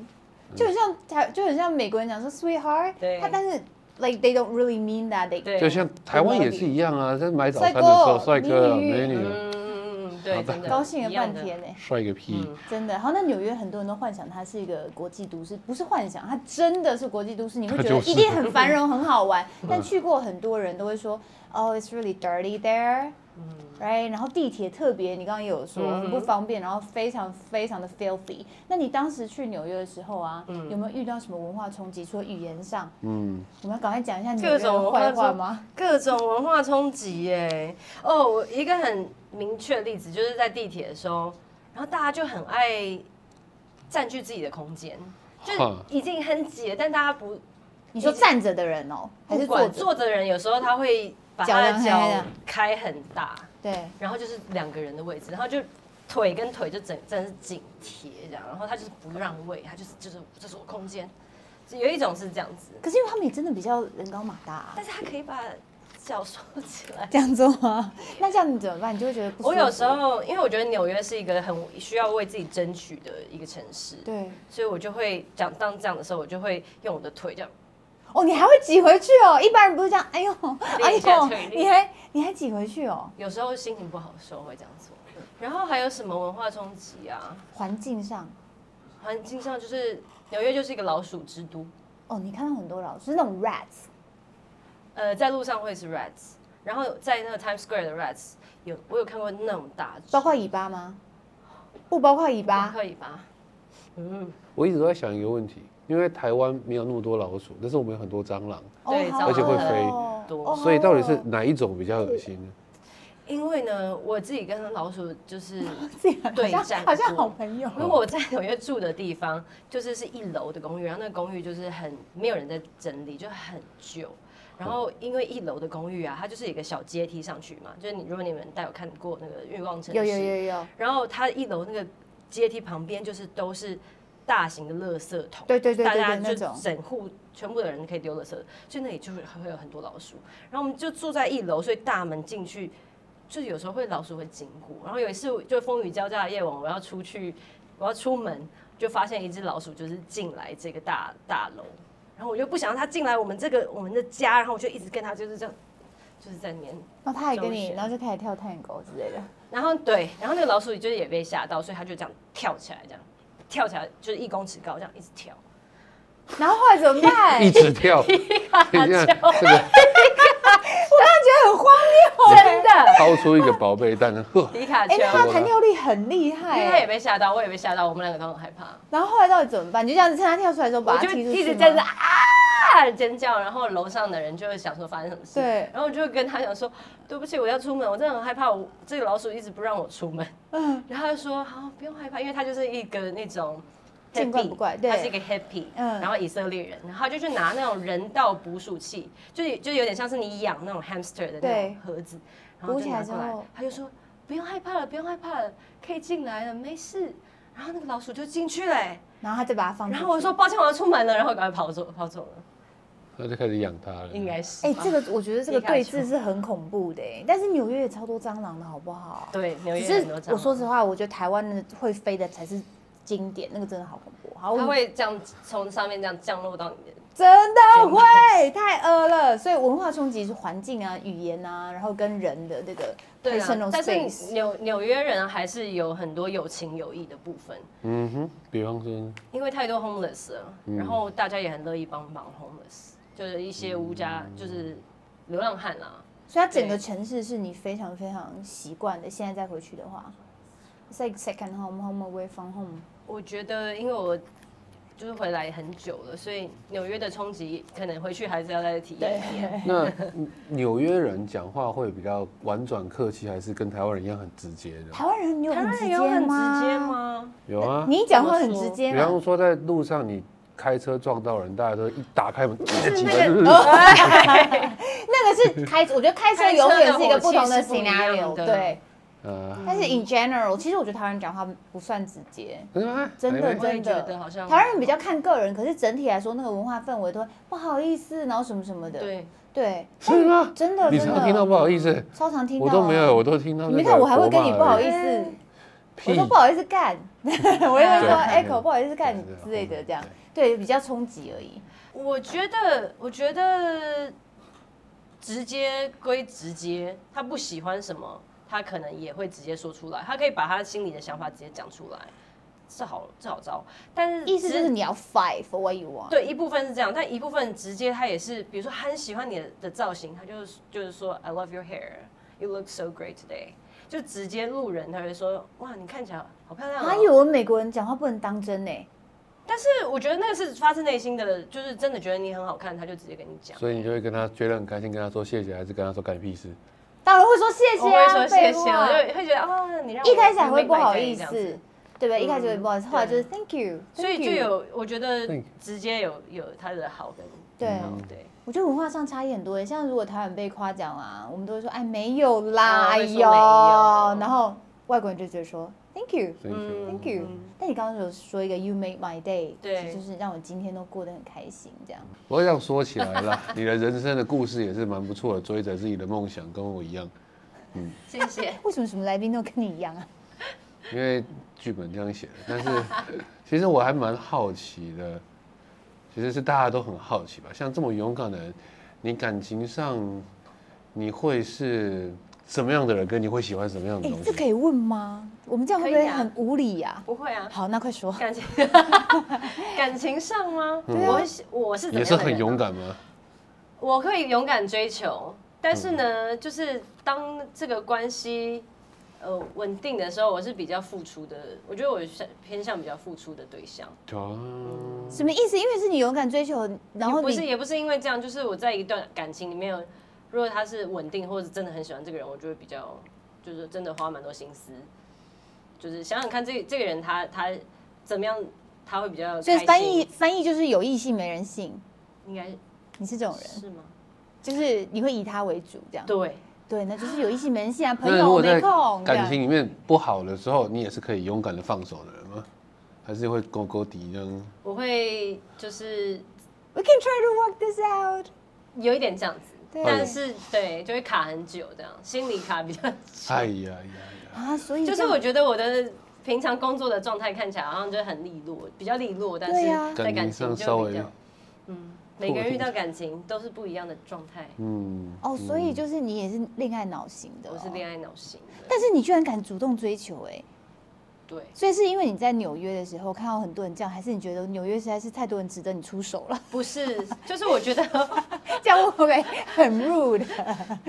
B: 就很像台就很像美国人讲说 “sweetheart”，
E: 对
B: 他但是 like they don't really mean that，they
E: 对
C: 就像台湾也是一样啊，在买早餐的时
B: 帅
C: 候，
B: 哥
C: 帅哥啊
B: 美女
C: 美女，
E: 嗯嗯嗯，对，真的
B: 高兴了半。
E: 一样
B: 天欸
E: 的
B: 呢、
C: 帅个屁！
B: 真的。然后那纽约很多人都幻想它是一个国际都市，不是幻想，它真的是国际都市。你会觉
C: 它
B: 得
C: 就是
B: 一定很繁荣、很好 玩，但去过很多人都会说，Oh, it's really dirty there。right？然后
E: 嗯
B: 地铁特别，你刚刚也有说很不方便，然后非常非常的 filthy。那你当时去纽约的时候啊，
E: 嗯
B: 有没有遇到什么文化冲击？除了语言上，
C: 嗯，
B: 我们要赶快讲一下纽约
E: 各
B: 的
E: 种
B: 坏
E: 文
B: 话
E: 化
B: 吗？
E: 各种文化冲击耶！哦，我一个很明确的例子就是在地铁的时候，然后大家就很爱占据自己的空间，就
B: 嗯
C: 哈
E: 已经很挤了，但大家不
B: 你说站着的人哦，还
E: 不
B: 是坐
E: 管
B: 着？
E: 坐着人，有时候他会把
B: 脚
E: 他
B: 量
E: 的
B: 开
E: 脚
B: 的
E: 开很大，
B: 对，
E: 然后就是两个人的位置，然后就腿跟腿就整真的是紧贴这样，然后他就是不让位，他就是就是这是我空间，有一种是这样子，
B: 可是因为他们也真的比较人高马大、啊
E: 但。是他可以把脚收起 来
B: 这。样做吗？那这样你怎么办？你就会觉得不舒服
E: 我有时候，因为我觉得纽约是一个很需要为自己争取的一个城市，
B: 对
E: 所以我就会讲当这样的时候，我就会用我的腿这样，
B: 哦，你还会挤回去哦。一般人不是这样，哎呦，哎
E: 练一下
B: 呦
E: 腿，力
B: 你还你还挤回去哦。
E: 有时候心情不好的时候会这样做。然后还有什么文化冲击啊？
B: 环境上，
E: 环境上就是纽约就是一个老鼠之都，
B: 哦，你看到很多老师那种 rats，
E: 呃，在路上会是 rats，然后在那个 Times Square 的 rats 有我有看过那种大只，
B: 包括尾巴吗？不包括尾
E: 巴
B: 巴，
E: 克尾巴，
C: 我一直都在想一个问题，因为台湾没有那么多老鼠，但是我们有很多蟑螂，
B: 哦
E: 对
B: 好
C: 而且会
B: 恶
C: 飞
B: 哦
E: 多
B: 哦
C: 所以到底
B: 好
C: 是
B: 恶
C: 哪一种比较恶心呢？
E: 因为呢，我自己跟老鼠就是
B: 自己好
E: 对
B: 像
E: 战
B: 好像
E: 过
B: 好朋友。
E: 如果我在纽约住的地方，就是是一楼的公寓，然后那个公寓就是很没有人在整理，就很旧。然后因为一楼的公寓啊，它就是有一个小阶梯上去嘛，就是你如果你们带有看过那个《欲望城市》，
B: 有有有有，
E: 然后它一楼那个阶梯旁边就是都是大型的垃圾桶，
B: 对对对对
E: 大家
B: 对那
E: 就
B: 种
E: 整户全部的人可以丢垃圾，所以那里就会会有很多老鼠。然后我们就住在一楼，所以大门进去就有时候会老鼠会经过。然后有一次就风雨交加的夜晚，我要出去，我要出门，就发现一只老鼠就是进来这个大大楼，然后我就不想让它进来我们这个我们的家，然后我就一直跟它就是这样，就是在里面
B: 然哦后他还跟
E: 周
B: 你，
E: 旋
B: 然后就开始跳探狗之类的。
E: 然后对，然后那个老鼠就是也被吓到，所以它就这样跳起来，这样跳起来就是一公尺高，这样一直跳。
B: 然后后来怎么办？
C: 一直 跳， 这样这个
B: 我刚刚觉得很荒谬，真的。
C: 掏出一个宝贝蛋，呵，
E: 皮卡丘
B: 哎，，那他
C: 我
B: 弹跳力很厉害
E: 因为
B: 欸。
E: 它也被吓到，我也被吓到，我们两个都很害怕。
B: 然后后来到底怎么办？你就这样子趁他跳出来的时候把
E: 我
B: 他
E: 就
B: 踢出去吗
E: 一直在这啊尖叫，然后楼上的人就会想说发生什么事，
B: 对
E: 然后我就跟他讲说，对不起，我要出门，我真的很害怕，我这个老鼠一直不让我出门，
B: 嗯
E: 然后他就说好、不用害怕，因为他就是一个那种。
B: 见怪不怪对
E: 他是一个 happy，
B: 嗯
E: 然后以色列人，然后他就去拿那种人道捕鼠器，就是就有点像是你养那种 hamster 的那
B: 对
E: 种盒子，然后就拿过
B: 鼓起来
E: 来
B: 之后，
E: 他就说不用害怕了，不用害怕了，可以进来了，没事。然后那个老鼠就进去了、欸
B: 然后他再把它放出
E: 然
B: 去。
E: 后我说抱歉，我要出门了，然后赶快跑走，跑走了，
C: 那就开始养它了。
E: 应该是吧。
B: 哎、这个我觉得这个
E: 皮卡
B: 对
E: 丘
B: 峙是很恐怖的、哎但是纽约也超多蟑螂的好不好？
E: 对纽
B: 只
E: 约
B: 是
E: 很多蟑螂
B: 我说实话，我觉得台湾的会飞的才是经典，那个真的好恐怖。好，我
E: 它
B: 们
E: 会这样从上面这样降落到你的。
B: 真的会太恶了，所以文化冲击是环境啊、语言啊，然后跟人的这个
E: 对
B: personal
E: 啊，但是
B: space。
E: 你纽纽约人还是有很多有情有义的部分，
C: 嗯哼，比方说呢，
E: 因为太多 homeless 了，
B: 嗯
E: 然后大家也很乐意帮忙 homeless，就是一些无家就是流浪汉啦。
B: 所以它整个
E: 对
B: 城市是你非常非常习惯的。现在再回去的话，it's like second home, home away from home。
E: 我觉得因为我就是回来很久了，所以纽约的冲击可能回去还是要再体验一遍。
C: 那纽约人讲话会比较婉转客气，还是跟台湾人一样很直接的？
B: 台湾人有
E: 台
B: 很
E: 湾
B: 直
E: 人
B: 接
E: 有很直接
B: 吗？
E: 吗？
C: 有啊，
B: 你一讲话很直接
C: 比
B: 嘛？
C: 方说在路上你开车撞到人，大家都一打开门，
E: 是
C: 挤
E: 那
C: 来
E: 个
B: 那个是开，我觉得开车
E: 开 车
B: 永远是一个不同
E: 的火气是不一
B: scenario，
E: 样的
B: 对。
C: 呃，
B: 但是 in general，其实我觉得台湾人讲话不算直接，
C: 真的吗？
B: 真
C: 哎
B: 的
C: 喂
E: 我也
B: 真
E: 觉
B: 的
E: 得好像
B: 台湾人比较看个人，可是整体来说那个文化氛围都会不好意思，然后什么什么的。
E: 对，
B: 对，
C: 是吗？
B: 真的
C: 你
B: 真
C: 常
B: 的
C: 听到不好意思，
B: 超常听到、
C: 我
B: 啊。
C: 都没有，我都听到。
B: 你没看我还会跟你不好意，思，
C: 屁
B: 我说不好意思 干，我也会
C: 对
B: 说
C: 对
B: echo 不好意思干
C: 对对
B: 之类的这样，对，比较冲击而已。
E: 我觉得，我觉得直接归直接，他不喜欢什么，他可能也会直接说出来，他可以把他心里的想法直接讲出来，这好这好招。但是
B: 意思就
E: 直
B: 是你要 fight for what you want。
E: 对，一部分是这样，但一部分直接他也是，比如说他很喜欢你的的造型，他就是就是说 I love your hair, you look so great today，就直接路人他会说哇你看起来好漂亮、哦。
B: 啊，有美国人讲话不能当真欸呢、
E: 但是我觉得那个是发自内心的，就是真的觉得你很好看，他就直接跟你讲。
C: 所以你就会跟他觉得很开心，跟他说谢谢，还是跟他说干你屁事？
B: 当然会说谢
E: 我
B: 谢
E: 会
B: 啊，
E: 说谢
B: 废
E: 谢，
B: 话
E: 我就会觉得哦，你让我
B: 一开始还会
E: make my
B: 不好
E: day
B: 意
E: 这
B: 思
E: 样子，，嗯
B: 对不对？一开始会不好意思，后来就是 thank you，
E: 所以
B: thank
E: 就
B: you
E: 有我觉得
C: Thank you
E: 直接有有他的好跟
B: 对
E: 不
C: 嗯
E: 好对。
B: 我觉得文化上差异很多耶，像如果台湾被夸奖啊，我们都会说哎没有啦，
E: 哦
B: 哎
E: 会
B: 呦，
E: 说没有嗯
B: 然后外国人就觉得说 thank you。
C: 所以你就
B: Thank you、但你刚刚有说一个 You make my day，
E: 对
B: 就是让我今天都过得很开心这样。
C: 不过这样说起来啦， 你的人生的故事也是蛮不错的，追着自己的梦想，跟我一样，
E: 谢谢。
B: 为什么什么来宾都跟你一样啊？
C: 因为剧本这样写的。但是 其实我还蛮好奇的，其实是大家都很好奇吧。像这么勇敢的人，你感情上你会是什么样的人，跟你会喜欢什么样的
B: 哎、
C: 东
B: 这可
C: 西？
B: 以问吗？我们这样会不
E: 可以
B: 会
E: 啊
B: 很无理呀、
E: 不会啊，
B: 好，那快说。
E: 感情感情上吗？
B: 啊
E: 我是我是怎么
C: 也
E: 样
C: 嗯是
E: 的人
C: 很
E: 啊
C: 勇，敢吗？
E: 我可以勇敢追求，但是
C: 嗯
E: 呢，就是当这个关系呃稳定的时候，我是比较付出的，我觉得我是偏向比较付出的对象。
C: 哦，
B: 什么意思？因为是你勇敢追求，然后
E: 也不是
B: 你
E: 也不是因为这样，就是我在一段感情里面，如果他是稳定或者真的很喜欢这个人，我就会比较就是真的花蛮多心思，就是想想看这这个人他他怎么样，他会比较
B: 所以
E: 开心
B: 翻译翻译就是有异性没人性，
E: 应该
B: 你是这种人，嗯
E: 是吗？
B: 就是你会以他为主这样。
E: 对，
B: 对，那就是有异性没人性啊，朋
C: 那如
B: 友我
C: 果在
B: 没空这
C: 感
B: 样。
C: 情里面不好的时候，你也是可以勇敢的放手的人吗？还是会勾勾底这样？
E: 我会就是
B: We can try to work this out。
E: 有一点这样子，
B: 对
C: 嗯
E: 但是对就会卡很久这样，心里卡比较 久，
C: 哎呀呀呀！
B: 啊，所以
E: 就
B: 这
E: 是
B: 样
E: 我觉得我的。平常工作的状态看起来好像就很利落，比较利落，但
B: 对啊
E: 是在
C: 感
E: 感
C: 情上
E: 情
C: 稍
E: 就比
C: 微
E: 较，嗯，每个人遇
C: 吐
E: 到感情都是不一样的状态。
C: 嗯，
B: 哦，所以就是你也是恋爱脑型的、
E: 我是恋
B: 爱，
E: 爱脑型的，
B: 但是你居然敢主动追求、哎，
E: 对，
B: 所以是因为你在纽约的时候看到很多人这样，还是你觉得纽约实在是太多人值得你出手了？
E: 不是，就是我觉得
B: 这样会不会很 rude？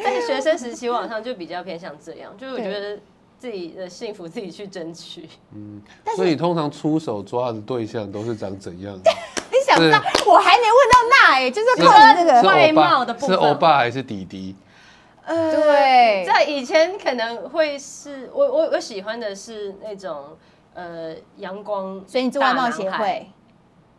E: 在学生时期，我好像就比较偏向这样，就是我
B: 对
E: 觉得自己的幸福自己去争取。
C: 所以通常出手抓的对象都是长怎 样？
B: 你想不到，我还没问到那哎、就是
C: 是
B: 靠这
C: 是
B: 个，
E: 外
C: 欧
E: 貌的
C: 巴，
E: 部
C: 是
E: 分
C: 欧巴还是弟弟？
B: 对
E: 在以前可能会是我我我喜欢的是那种呃阳光，
B: 所以你是外貌协
E: 大男孩
B: 会。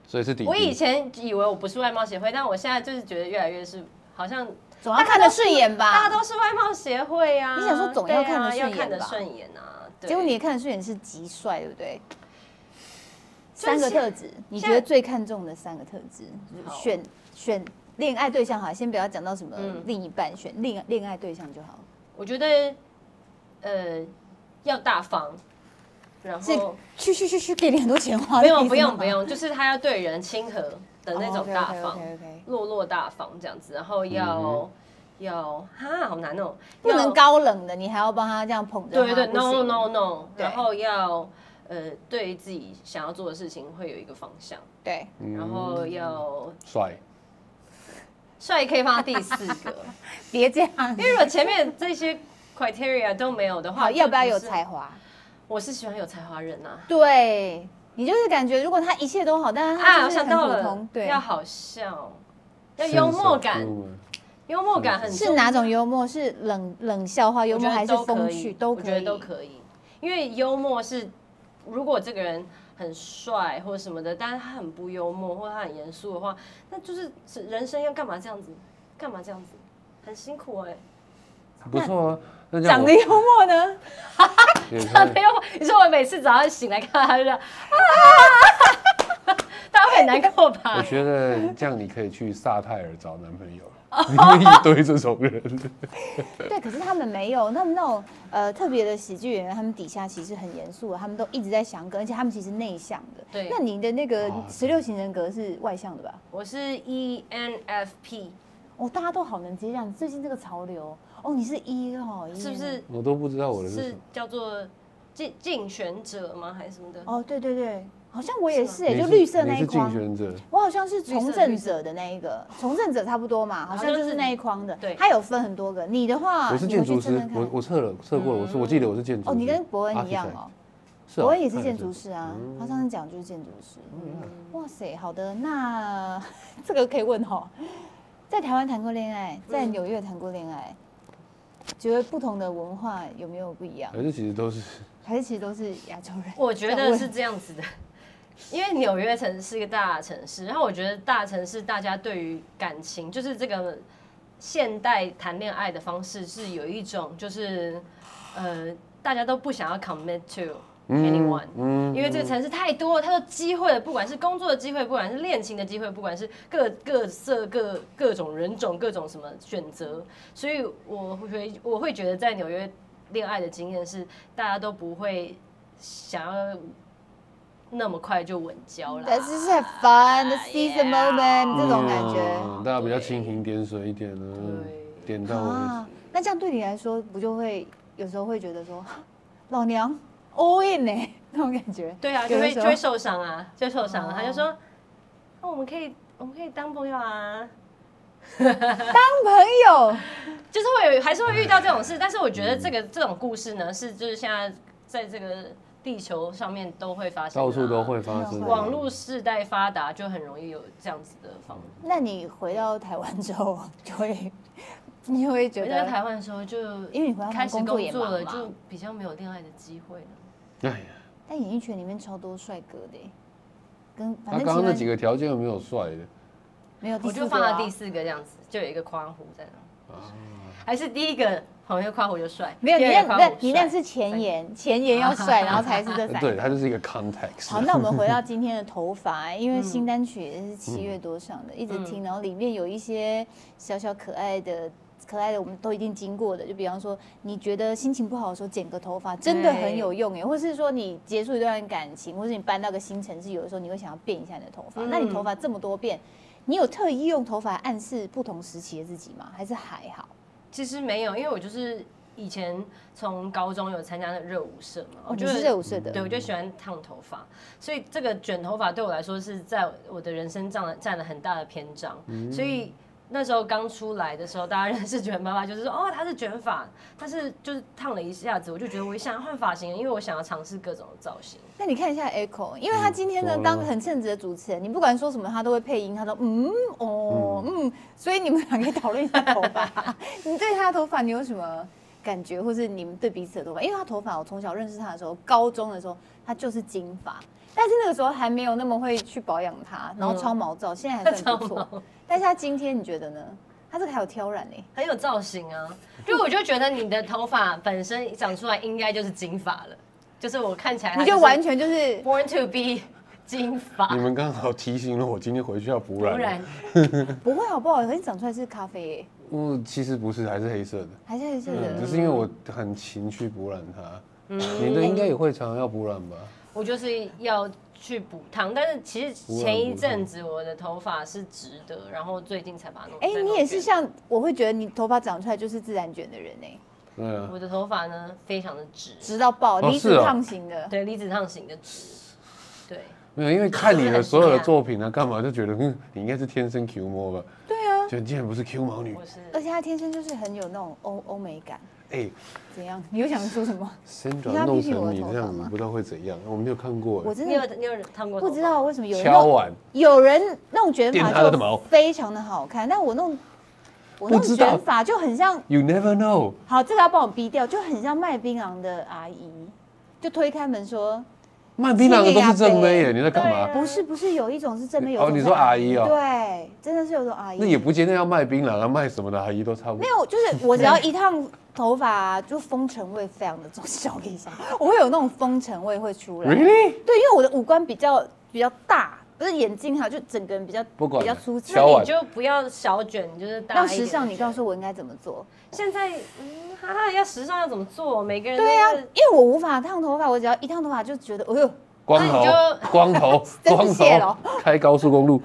C: 所以是弟弟。
E: 我以前以为我不是外貌协会，但我现在就是觉得越来越是好像。
B: 总要看得顺眼
E: 大
B: 吧
E: 家。都是外貌协会啊，
B: 你想说总要看得顺
E: 对
B: 眼
E: 啊
B: 吧
E: 要看得顺眼啊。对
B: 结果你也看得顺眼是极帅，对不对？
E: 就
B: 三
E: 是
B: 个特质，你觉得最看重的三个特质，
E: 好
B: 选选恋爱对象好了，先不要讲到什么
E: 嗯
B: 另一半，选恋恋爱对象就好了。
E: 我觉得，呃，要大方，然
B: 是
E: 后
B: 去去去去，给你很多钱花
E: 不
B: 的意思吗。哦
E: 用不用不用，就是他要对人亲和的那种大方，
B: OK OK，
E: 落落大方这样子，然后要要哈，好难哦，
B: 不能
E: 要
B: 高冷的，你还要帮他这样捧着他。
E: 对对对
B: 不
E: ，no
B: 行
E: no no，
B: 对
E: 然后要呃，对于自己想要做的事情会有一个方向，
B: 对，
E: 然后要
C: 嗯帅，
E: 帅可以放到第四个，
B: 别这样。
E: 因为如果前面这些 criteria 都没有的话，
B: 好，要不要有
E: 就
B: 才
E: 是？
B: 华？
E: 我是喜欢有才华人啊。
B: 对你就是感觉，如果他一切都好，但是他
E: 啊，
B: 就
E: 我
B: 是
E: 想
B: 很
E: 到
B: 普
E: 了
B: 通，，对
E: 要，好笑，要幽默感，幽默感很
B: 是
E: 重要
B: 哪种幽默？是冷冷笑话幽
E: 我
B: 默，
E: 觉得
B: 还是
E: 都可
B: 风
E: 以
B: 趣？都
E: 我觉
B: 可
E: 得
B: 以，
E: 都可以，因为幽默是如果这个人很帅或者什么的，但是他很不幽默或者他很严肃的话，那就是人生要干嘛这样子，干嘛这样子，很辛苦哎、
C: 不错啊。那这样
B: 长
C: 我
B: 得幽默呢？
C: 也 可
E: 长
C: 以
E: 得幽默。你说我每次早上醒来看到他就这样， 啊，他会很难过
C: 我
E: 吧？
C: 觉得这样你可以去萨泰尔找男 朋友，
E: 哦
C: 因为一堆这种 人。
B: 对，可是他们没有，他们那种呃特别的喜剧演员，他们底下其实很严肃的，他们都一直在想梗，而且他们其实内向的。
E: 对
B: 那你的那个
C: 啊
B: 十六型人格是外向的吧？
E: 我是 E ENFP，
B: 哦，大家都好能接这样，最近这个潮流。哦，你是一哦，
E: 是不是？
C: 我都不知道我的是什
E: 是
C: 么。
E: 叫做竞竞选者吗？还是什么的？
B: 哦，对对对，好像我也是哎、
C: 你
B: 就是绿色那
C: 你
B: 一
C: 是竞
B: 框。
C: 选者，
B: 我好像是从
E: 绿
B: 政
E: 色
B: 者的那一个，从政者差不多嘛，好
E: 好
B: 像
E: 像
B: 就是
E: 是
B: 那一框的。
E: 对
B: 它有分很多个。你的话，
C: 我是
B: 啊你
C: 建
B: 回去
C: 筑师
B: 称，称
C: 我
B: 看
C: 我测了测过了，
E: 嗯
C: 我是我记得我是建筑师。
B: 哦，你跟伯恩一样哦，
C: Architect，是啊
B: 伯恩也是
C: 看得
B: 建
C: 出
B: 筑
C: 来
B: 师啊
C: 嗯。
B: 他上次讲就是建筑师。哇塞，好的，那 这个可以问哦。在台湾谈过恋爱，在
E: 嗯
B: 纽约谈过恋爱，觉得不同的文化有没有不一样？
C: 还是其实都是
B: 还是其实都是亚洲 人？
E: 我觉
B: 要
E: 得
B: 问
E: 是这样子的，因为纽约城是一个大城市，然后我觉得大城市大家对于感情，就是这个现代谈恋爱的方式是有一种就是呃，大家都不想要 commit to anyone，、
C: 嗯
E: 因为这个城市太多了，太多机会了，不管是工作的机会，不管是恋情的机会，不管是各各色各各种人种、各种什么选择，所以我会觉得我会觉得在纽约恋爱的经验是，大家都不会想要那么快就稳交啦。
B: 但是是很 fun，the season
E: Yeah
B: moment 这种感觉。
C: 嗯大家比较蜻蜓点水一点呢，
E: 对
C: 点到为
B: 啊，那这样对你来说，不就会有时候会觉得说， 老娘 all in 呢、 那种感觉。
E: 对啊，就
B: 有的
E: 会
B: 时
E: 就
B: 候
E: 会受伤啊，就会受伤、
B: 哦
E: 啊。他就说，那、我们可以我们可以当朋友啊，
B: 当朋友，
E: 就是会有还是会遇到这种事，但是我觉
C: 嗯
E: 得这个这种故事呢，是就是现在在这个地球上面都会发
C: 止，
E: 生、啊
C: 到处都。会发生。
E: 网络时代发达，就很容易有这样子的方法。
B: 那你回到台湾之后，就会 你就会觉
E: 回到
B: 得，
E: 台湾的时候，就
B: 因为你回到台
E: 开
B: 湾
E: 始工
B: 工作也
E: 作
B: 忙
E: 了，
B: 嘛
E: 就比较没有恋爱的机会了。
C: 哎呀，
B: 但演艺圈里面超多帅哥的、跟反
C: 他
B: 正
C: 刚刚那
B: 其
C: 几
B: 他
C: 个条件有没有帅的？
B: 没有第
E: 我
B: 四个、啊，
E: 就放到第四个这样子，就有一个夸胡在那。
C: 啊
E: 还是第一个好像夸胡就帅，
B: 没有你
E: 第
B: 那
E: 二个夸
B: 那
E: 胡
B: 你
E: 帅
B: 那是前言，前言要帅，然后才是这三
C: 呃对，
B: 个。
C: 他就是一个 context。
B: 好，那我们回 到今天的头发，因为新单曲也是七月多上
E: 嗯
B: 的，一直听，然后里面有一些小小可爱的。可爱的，我们都一定经过的。就比方说，你觉得心情不好的时候剪个头发，真的很有用哎。或是说，你结束一段感情，或是你搬到个新城市，有的时候你会想要变一下你的头发。
E: 嗯
B: 那你头发这么多变，你有特意用头发暗示不同时期的自己吗？还是还好？
E: 其实没有，因为我就是以前从高中有参加的热舞社嘛，
B: 哦，
E: 我
B: 你
E: 觉得
B: 是热舞社的
E: 对，，我就喜欢烫头发，所以这个卷头发对我来说是在我的人生占了占了很大的篇章。
B: 嗯
E: 所以那时候刚出来的时候，大家认识卷妈妈就是说，哦，她是卷发，但是就是烫了一下子，我就觉得我想要换发型，因为我想要尝试各种造型。
B: 那你看一下 Echo，因为他今天呢
C: 怎么了
B: 当很称职的主持人，你不管说什么他都会配音，他都嗯哦嗯，所以你们俩可以讨论一下头发。你对他的头发你有什么感觉，或是你们对彼此的头发？因为他头发我从小认识他的时候，高中的时候他就是金发，但是那个时候还没有那么会去保养它，然后超毛躁，现在还算不错。但是他今天你觉得呢？他这个还有挑染呢、欸
E: 很有造型 啊，就我就觉得你的头发本身长出来应该就是金发了，哎就是我看起来它
B: 你就是完全就是。
E: born to be 金 发
C: 你，们刚好提醒了我，今天回去要补
E: 不
C: 染。
E: 然
B: 不会好不好？可是长出来是咖啡、欸，
C: 嗯，其实不是，还是黑色的。
B: 还是还是嗯
C: 嗯，
B: 的
C: 只。是因为我很勤去补染它。你的应该也会常常要补染吧？
E: 我就是要去补烫，但是其实前一阵子我的头发是直的，然后最近才把它弄。
B: 哎、
E: 再弄
B: 你也是
E: 卷
B: 像，我会觉得你头发长出来就是自然卷的人呢、
C: 对啊，
B: 嗯
E: 我的头发呢，非常的直，
B: 直到爆，
C: 哦
B: 离
C: 是
B: 子
C: 哦
B: 烫型的。
E: 对，离子烫型的直，对，
C: 没有，因为看你的所有
E: 是
C: 的
E: 啊
C: 作品啊，干嘛就觉得，嗯，你应该是天生 Q 毛吧？
B: 对啊，
C: 就你竟然不是 Q 毛女
E: 我，是
B: 而且他天生就是很有那种欧欧美感。
C: 哎，
B: 怎样？你又想说什么？
C: 先
B: 你要
C: 转
B: 批
C: 弄
B: 评
C: 成
B: 我的
C: 你
B: 头
C: 这
B: 发
C: 样子
B: 吗，
C: 不知道会怎样。我没有看过，
B: 我
C: 哎
B: 真
E: 你有
B: 的
E: 你有烫过头
B: 不
E: 发
B: 知道为什么有人
C: 敲
B: 弄
C: 碗
B: 有人弄卷
C: 电
B: 发
C: 他的
B: 就
C: 毛
B: 非常的好看，但我弄我弄
C: 不知道
B: 卷发就很像，
C: ，You never know。
B: 好，这个要帮我逼掉，就很像卖槟榔的阿姨，就推开门说：“
C: 卖槟榔的都是正妹耶，你在干嘛？
B: 啊不是不是，有一种是正面，有一
C: 哦，
B: 种
C: 你
B: 是
C: 说阿姨哦，
B: 对，真的是有种阿姨。
C: 那也不见得要卖槟榔啊，卖什么的阿姨都差不多
B: 没。有，就是我只要一烫头发、就风尘味非常的重。小丽莎，我会有那种风尘味会出来。
C: Really？
B: 对，因为我的五官比较比较大，不是眼睛哈，就整个人比较
C: 不管
B: 比较
C: 了
B: 粗
C: 小
E: 那
C: 碗
B: 糙。
E: 你就不要小卷，就是大
B: 要
E: 一点
B: 时尚，
E: 的
B: 你告诉我应该怎么做？
E: 现在，嗯，哈哈，要时尚要怎么做？每个人
B: 对啊呀、
E: 都是
B: 因为我无法烫头发，我只要一烫头发就觉得，哎呦，
C: 光头
E: 那你，
C: 光头，
B: 真
C: 光头
B: 谢了，
C: 开高速公路，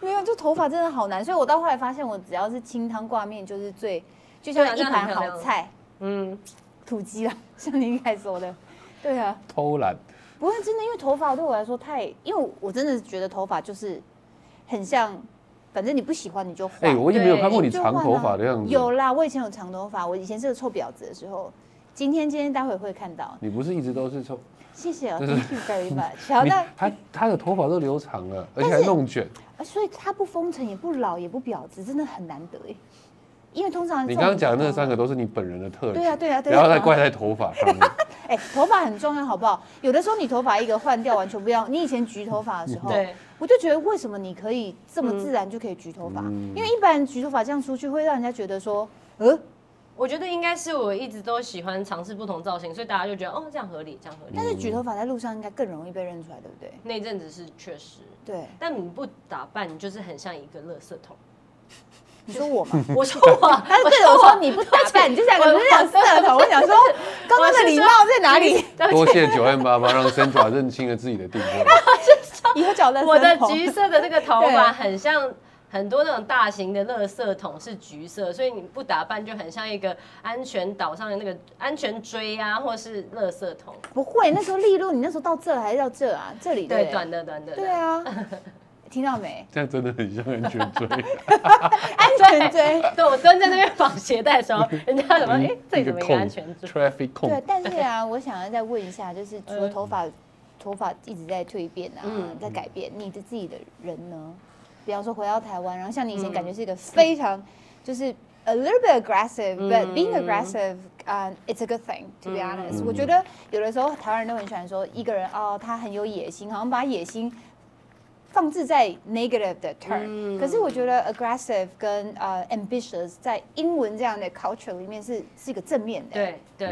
B: 没有，就头发真的好难。所以我到后来发现，我只要是清汤挂面就是最，就
E: 对啊
B: 像
E: 这
B: 一
E: 样
B: 盘
E: 很漂
B: 好
E: 亮
B: 菜，
E: 嗯，
B: 土鸡啦，像你一开始说的。对啊，
C: 偷懒。
B: 不会真的，因为头发对我来说太，因为我真的觉得头发就是很像，反正你不喜欢你就换。
C: 哎、我也没有看过你
B: 就
C: 长
B: 换
C: 头
B: 啊
C: 发的样子。
B: 有啦，我以前有长头发，我以前是个臭婊子的时候。今天今天待会会看到，
C: 你不是一直都是从
B: 谢谢啊，Thank you very much。好，
C: 你
B: 那
C: 他他的头发都留长了，而且
B: 但
C: 还
B: 是
C: 弄卷。
B: 呃所以他不风尘，也不老，也不婊子，真的很难得哎。因为通常
C: 你
B: 这种
C: 刚刚讲的那
B: 头发
C: 三个都是你本人的特质。
B: 对啊对啊对啊
C: 不要再怪在头发 上面。
B: 哎、头发很重要，好不好？有的时候你头发一个换掉完全不一样。你以前焗头发的时候
E: 嗯对，嗯
B: 我就觉得为什么你可以这么自然就可以焗头发？因为一般人焗头发这样出去会让人家觉得说，呃，
E: 我觉得应该是我一直都喜欢尝试不同造型，所以大家就觉得哦，这样合理，这样合理。
B: 但是焗头发在路上应该更容易被认出来，对不对？
E: 那一阵子是确实，
B: 对，
E: 但你不打扮，你就是很像一个垃圾 桶。
B: 你说我 嘛？
E: 我说我，
B: 他是对着我说你不打扮，你就像个
E: 我
B: 你两色头。我想说，刚刚的礼貌在哪里？
C: 多谢九 M 八八，让森爪认清了自己的定位。
B: 以后找到
E: 我的
B: 生头
E: 橘色的那个头
B: 对
E: 发很像。很多那种大型的垃圾桶是橘色，所以你不打扮就很像一个安全岛上的那个安全锥啊，或是垃圾桶。
B: 不会，那时候利落，你那时候到这还是到这啊？这里
E: 对，
B: 不
E: 短的短的。
B: 对 啊，听到没？
C: 这样真的很像安全锥，
B: 安全追。
E: 对，我蹲在那边绑鞋带的时候，人家怎么哎，这里
C: 一个
E: 怎么一个
C: 控
E: 安全锥？
C: ，traffic
B: 对
C: 控，，
B: 但是啊，我想要再问一下，就是除了头发，头发一直在蜕变啊，
E: 嗯
B: 在改变，你的自己的人呢？比方说回到台湾，然后像你以前
E: 嗯
B: 感觉是一个非常，就是 a little bit aggressive，but、being
E: 嗯
B: aggressive，啊、it's a good thing to be honest、我觉得有的时候台湾人都很喜欢说一个人哦，他很有野心，好像把野心放置在 negative 的 turn，、可是我觉得
E: 嗯
B: aggressive 跟呃、ambitious 在英文这样的 culture 里面是是一个正面的。
E: 对对，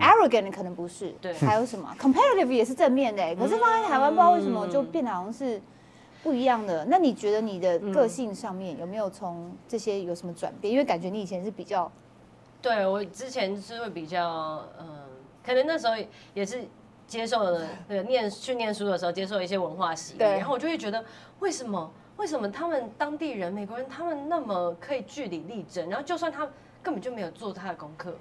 B: arrogant 可能不是，
E: 对嗯
B: 还有什么 competitive 也是正面的欸、可是放在台湾不知道为什么就变得好像是不一样的。那你觉得你
E: 嗯
B: 的个性上面有没有从这些有什么转变？因为感觉你以前是比较
E: 对我之前是会比较，嗯、可能那时候也是接受了那个念去念书的时候接受一些文化洗礼，
B: 对
E: 然后我就会觉得为什么为什么他们当地人美国人他们那么可以据理力争，然后就算他根本就没有做他的功课。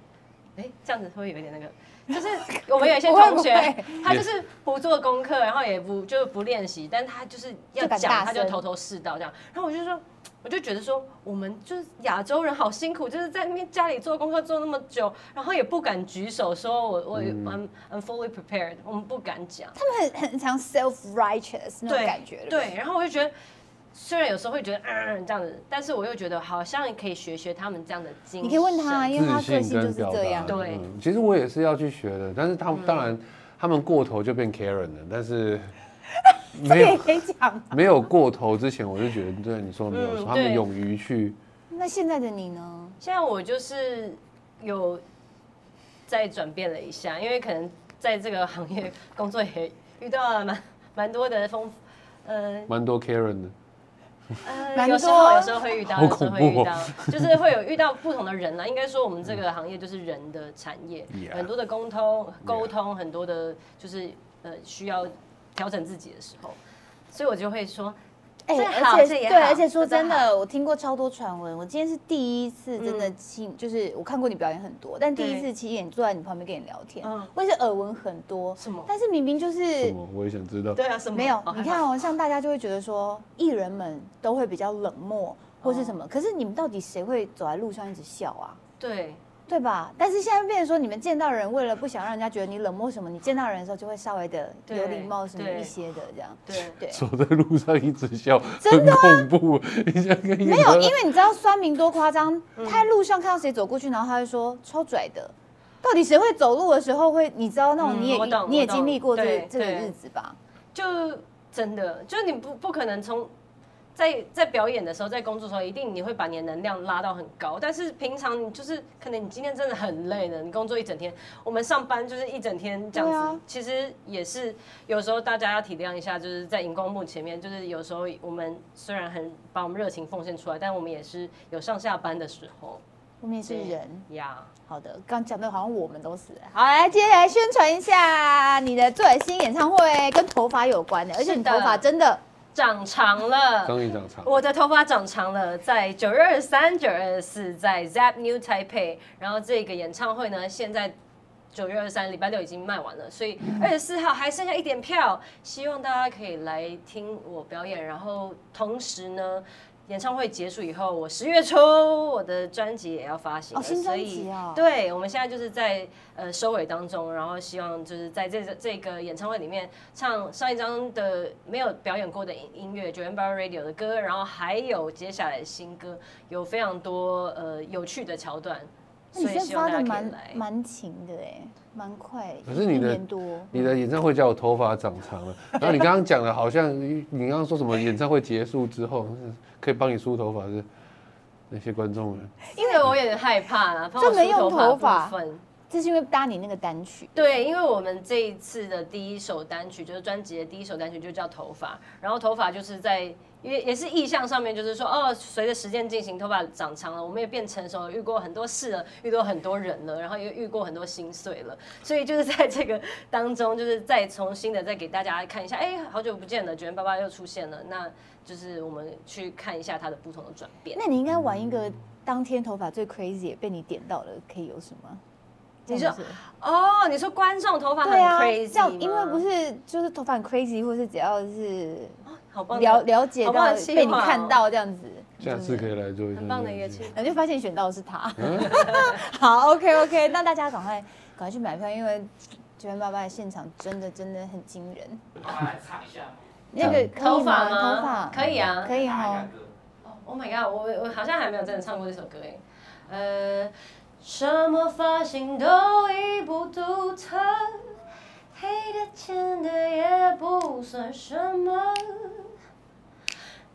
E: 哎，这样子会有一点那个，就是我们有一些
B: 不会
E: 同学，
B: 不会
E: 他就是不做功课，然后也不就是不练习，但他就是要
B: 就敢大
E: 讲，他就
B: 声
E: 头头是道这样。然后我就说，我就觉得说，我们就是亚洲人好辛苦，就是在那边家里做功课做那么久，然后也不敢举手说我我、I'm I'm fully prepared，我们不敢讲。
B: 他们很很常 self righteous 那种感觉，不
E: 对，然后我就觉得。虽然有时候会觉得嗯这样子，但是我又觉得好像可以学学他们这样的精神。
B: 你可以问他啊，因为他
C: 自
B: 个
C: 信
B: 性就
C: 跟
B: 是
C: 表
B: 这
C: 达。
B: 样。
E: 对嗯
C: 嗯其实我也是要去学的，但是他们当然他们过头就变 Karen 了，但是 没
B: 这个也
C: 有
B: 可以讲。啊
C: 没有过头之前，我就觉得对你说的没有
E: 嗯
C: 错，他们
E: 对
C: 勇于去。
B: 那现在的你呢？
E: 现在我就是有再转变了一下，因为可能在这个行业工作也遇到了蛮蛮多的风，呃
C: 蛮多 Karen 的，
E: 呃，
B: 蛮
E: 有时
B: 多啊
E: 候有时候会遇到，
C: 好
E: 有时
C: 恐
E: 候
C: 怖
E: 会
C: 哦
E: 遇到，就是会有遇到不同的人啊啦。应该说我们这个行业就是人的产业
C: Yeah
E: 很多的沟通沟通，很多的就是呃需要调整自己的时候，所以我就会说，
B: 哎、
E: 这
B: 而
E: 好这
B: 且
E: 也
B: 对，
E: 好
B: 而且说
E: 这都
B: 真的，我听过超多传闻。我今天是第一次真的亲，就是我看过你表演很多，但第一次
E: 对
B: 亲眼坐在你旁边跟你聊天，
E: 嗯
B: 我也是耳闻很多。
E: 什么
B: 但是明明就是
C: 什么我也想知道。
E: 对啊，什么
B: 没有
E: 哦。
B: 你
E: 害
B: 看
E: 怕
B: 哦，像大家就会觉得说，艺人们都会比较冷漠或是什
E: 哦
B: 么，可是你们到底谁会走在路上一直笑啊？
E: 对，
B: 对吧？但是现在变成说，你们见到人，为了不想让人家觉得你冷漠什么，你见到人的时候就会稍微的
E: 对
B: 有礼貌什么
E: 对
B: 一些的这样。
E: 对
B: 对，
C: 走在路上一直笑，
B: 真的
C: 很恐怖。你想跟一个
B: 啊没
E: 嗯
B: 有，因为你知道酸民多夸张，他在路上看到谁走过去，然后他会说超拽的，到底谁会走路的时候会？你知道那种你也、
E: 嗯我懂
B: 你也
E: 我懂
B: 经历过这
E: 对
B: 这个
E: 对
B: 日子吧？
E: 就真的，就是你不不可能从在在表演的时候，在工作的时候，一定你会把你的能量拉到很高。但是平常你就是可能你今天真的很累了，你工作一整天，我们上班就是一整天这样子，
B: 对啊
E: 其实也是有时候大家要体谅一下，就是在荧光幕前面，就是有时候我们虽然很把我们热情奉献出来，但我们也是有上下班的时候。
B: 我们也是
E: 对
B: 人。
E: 呀
B: 好的，刚讲的好像我们都是。好，来接下来宣传一下你的最新演唱会，跟头发有关的，而且你
E: 是的
B: 头发真的
E: 长长 了，
C: 刚一讲长，
E: 我的头发长长了，在九月二三、九月二四在 Zap New Taipei，然后这个演唱会呢，现在九月二三礼拜六已经卖完了，所以
B: 嗯
E: 二十四号还剩下一点票，希望大家可以来听我表演。然后同时呢，演唱会结束以后，我十月初我的专辑也要发行了，
B: 哦新专
E: 所以
B: 辑哦
E: 对，我们现在就是在呃收尾当中，然后希望就是在这这个演唱会里面唱上一张的没有表演过的音音乐，九元八 Radio 的歌，然后还有接下来的新歌，有非常多呃有趣的桥段，
B: 那你
E: 所以
B: 现在
E: 希
B: 发
E: 望
B: 的
E: 大家可以
B: 蛮
E: 来。
B: 蛮勤的哎，蛮快，
C: 可是你
B: 一
C: 的
B: 年多。
C: 你的演唱会叫我头发长长 了，然后你刚刚讲的好像你刚刚说什么演唱会结束之后可以帮你梳头发是那些观众们，
E: 因为我有点害怕啦，帮我
B: 这没
E: 梳
B: 用头
E: 头
B: 发
E: 发部分。
B: 这是因为搭你那个单曲，
E: 对，因为我们这一次的第一首单曲就是专辑的第一首单曲就叫《头发》，然后头发就是在也也是意向上面，就是说哦，随着时间进行，头发长长了，我们也变成熟了，遇过很多事了，遇到很多人了，然后也遇过很多心碎了，所以就是在这个当中，就是再重新的再给大家看一下，哎，好久不见了，卷爸爸又出现了，那就是我们去看一下他的不同的转变。
B: 那你应该玩一个当天头发最 crazy 也被你点到了，可以有什么？
E: 你
B: 这
E: 说
B: 样子
E: 哦，你说观众头发很
B: 对啊，
E: crazy，
B: 这样因为
E: 吗
B: 不是就是头发很 crazy，或是只要是
E: 好棒的
B: 了了解
E: 哦好
B: 到
E: 棒的计
B: 被你
E: 划
B: 看
E: 哦
B: 到这样子，
C: 下次可以来做一下。
E: 很棒的乐器。
B: 然后就发现选到的是他。 好，OK OK，那大家赶快赶快去买票，因为九元爸爸的现场真的真的很惊人。那个可以
E: 头
B: 吗？
E: 发
B: 头发？
E: 吗可以啊，
B: 可以哦哈。
E: Oh my god，我我好像还没有真的唱过这首歌诶。呃，什么发型都已不独特，黑的浅的也不算什么。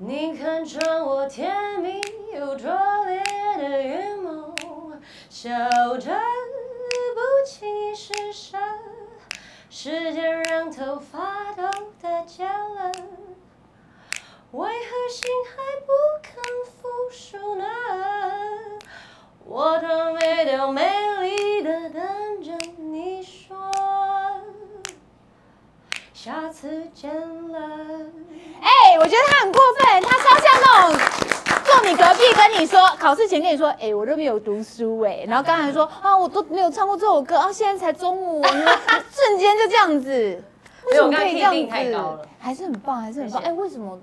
E: 你看穿我甜蜜又拙劣的预谋，笑着不轻易失身，时间让头发都打结了。为何心还不肯服输呢？我多美都美丽的等着你说，下次见了。
B: 哎、我觉得他很过分，他超像那种坐你隔壁跟你说考试前跟你说，哎、我都没有读书哎、然后刚 才说啊，我都没有唱过这首歌啊，现在才中午，你们 瞬间就这样子，为什么可以这样
E: 没有我刚刚 key 定太高
B: 子
E: 了？
B: 还是很棒，还是很棒。
E: 谢
B: 哎、
E: 谢
B: 为什么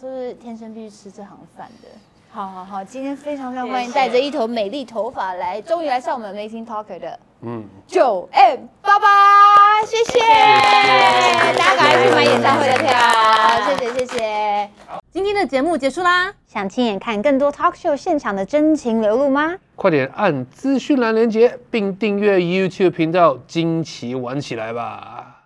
B: 就是天生必须吃这行饭的？好好好，今天非常非常
E: 谢谢
B: 欢迎带着一头美丽头发来，终于来上我们 Amazing Talker 的
C: 嗯，
B: 九 M 八八，谢谢，大家赶快去买演唱会的票，谢谢谢谢。
G: 今天的节目结束啦，
D: 想亲眼看更多 talk show 现场的真情流露吗？
C: 快点按资讯栏连接，并订阅 YouTube 频道，惊奇玩起来吧！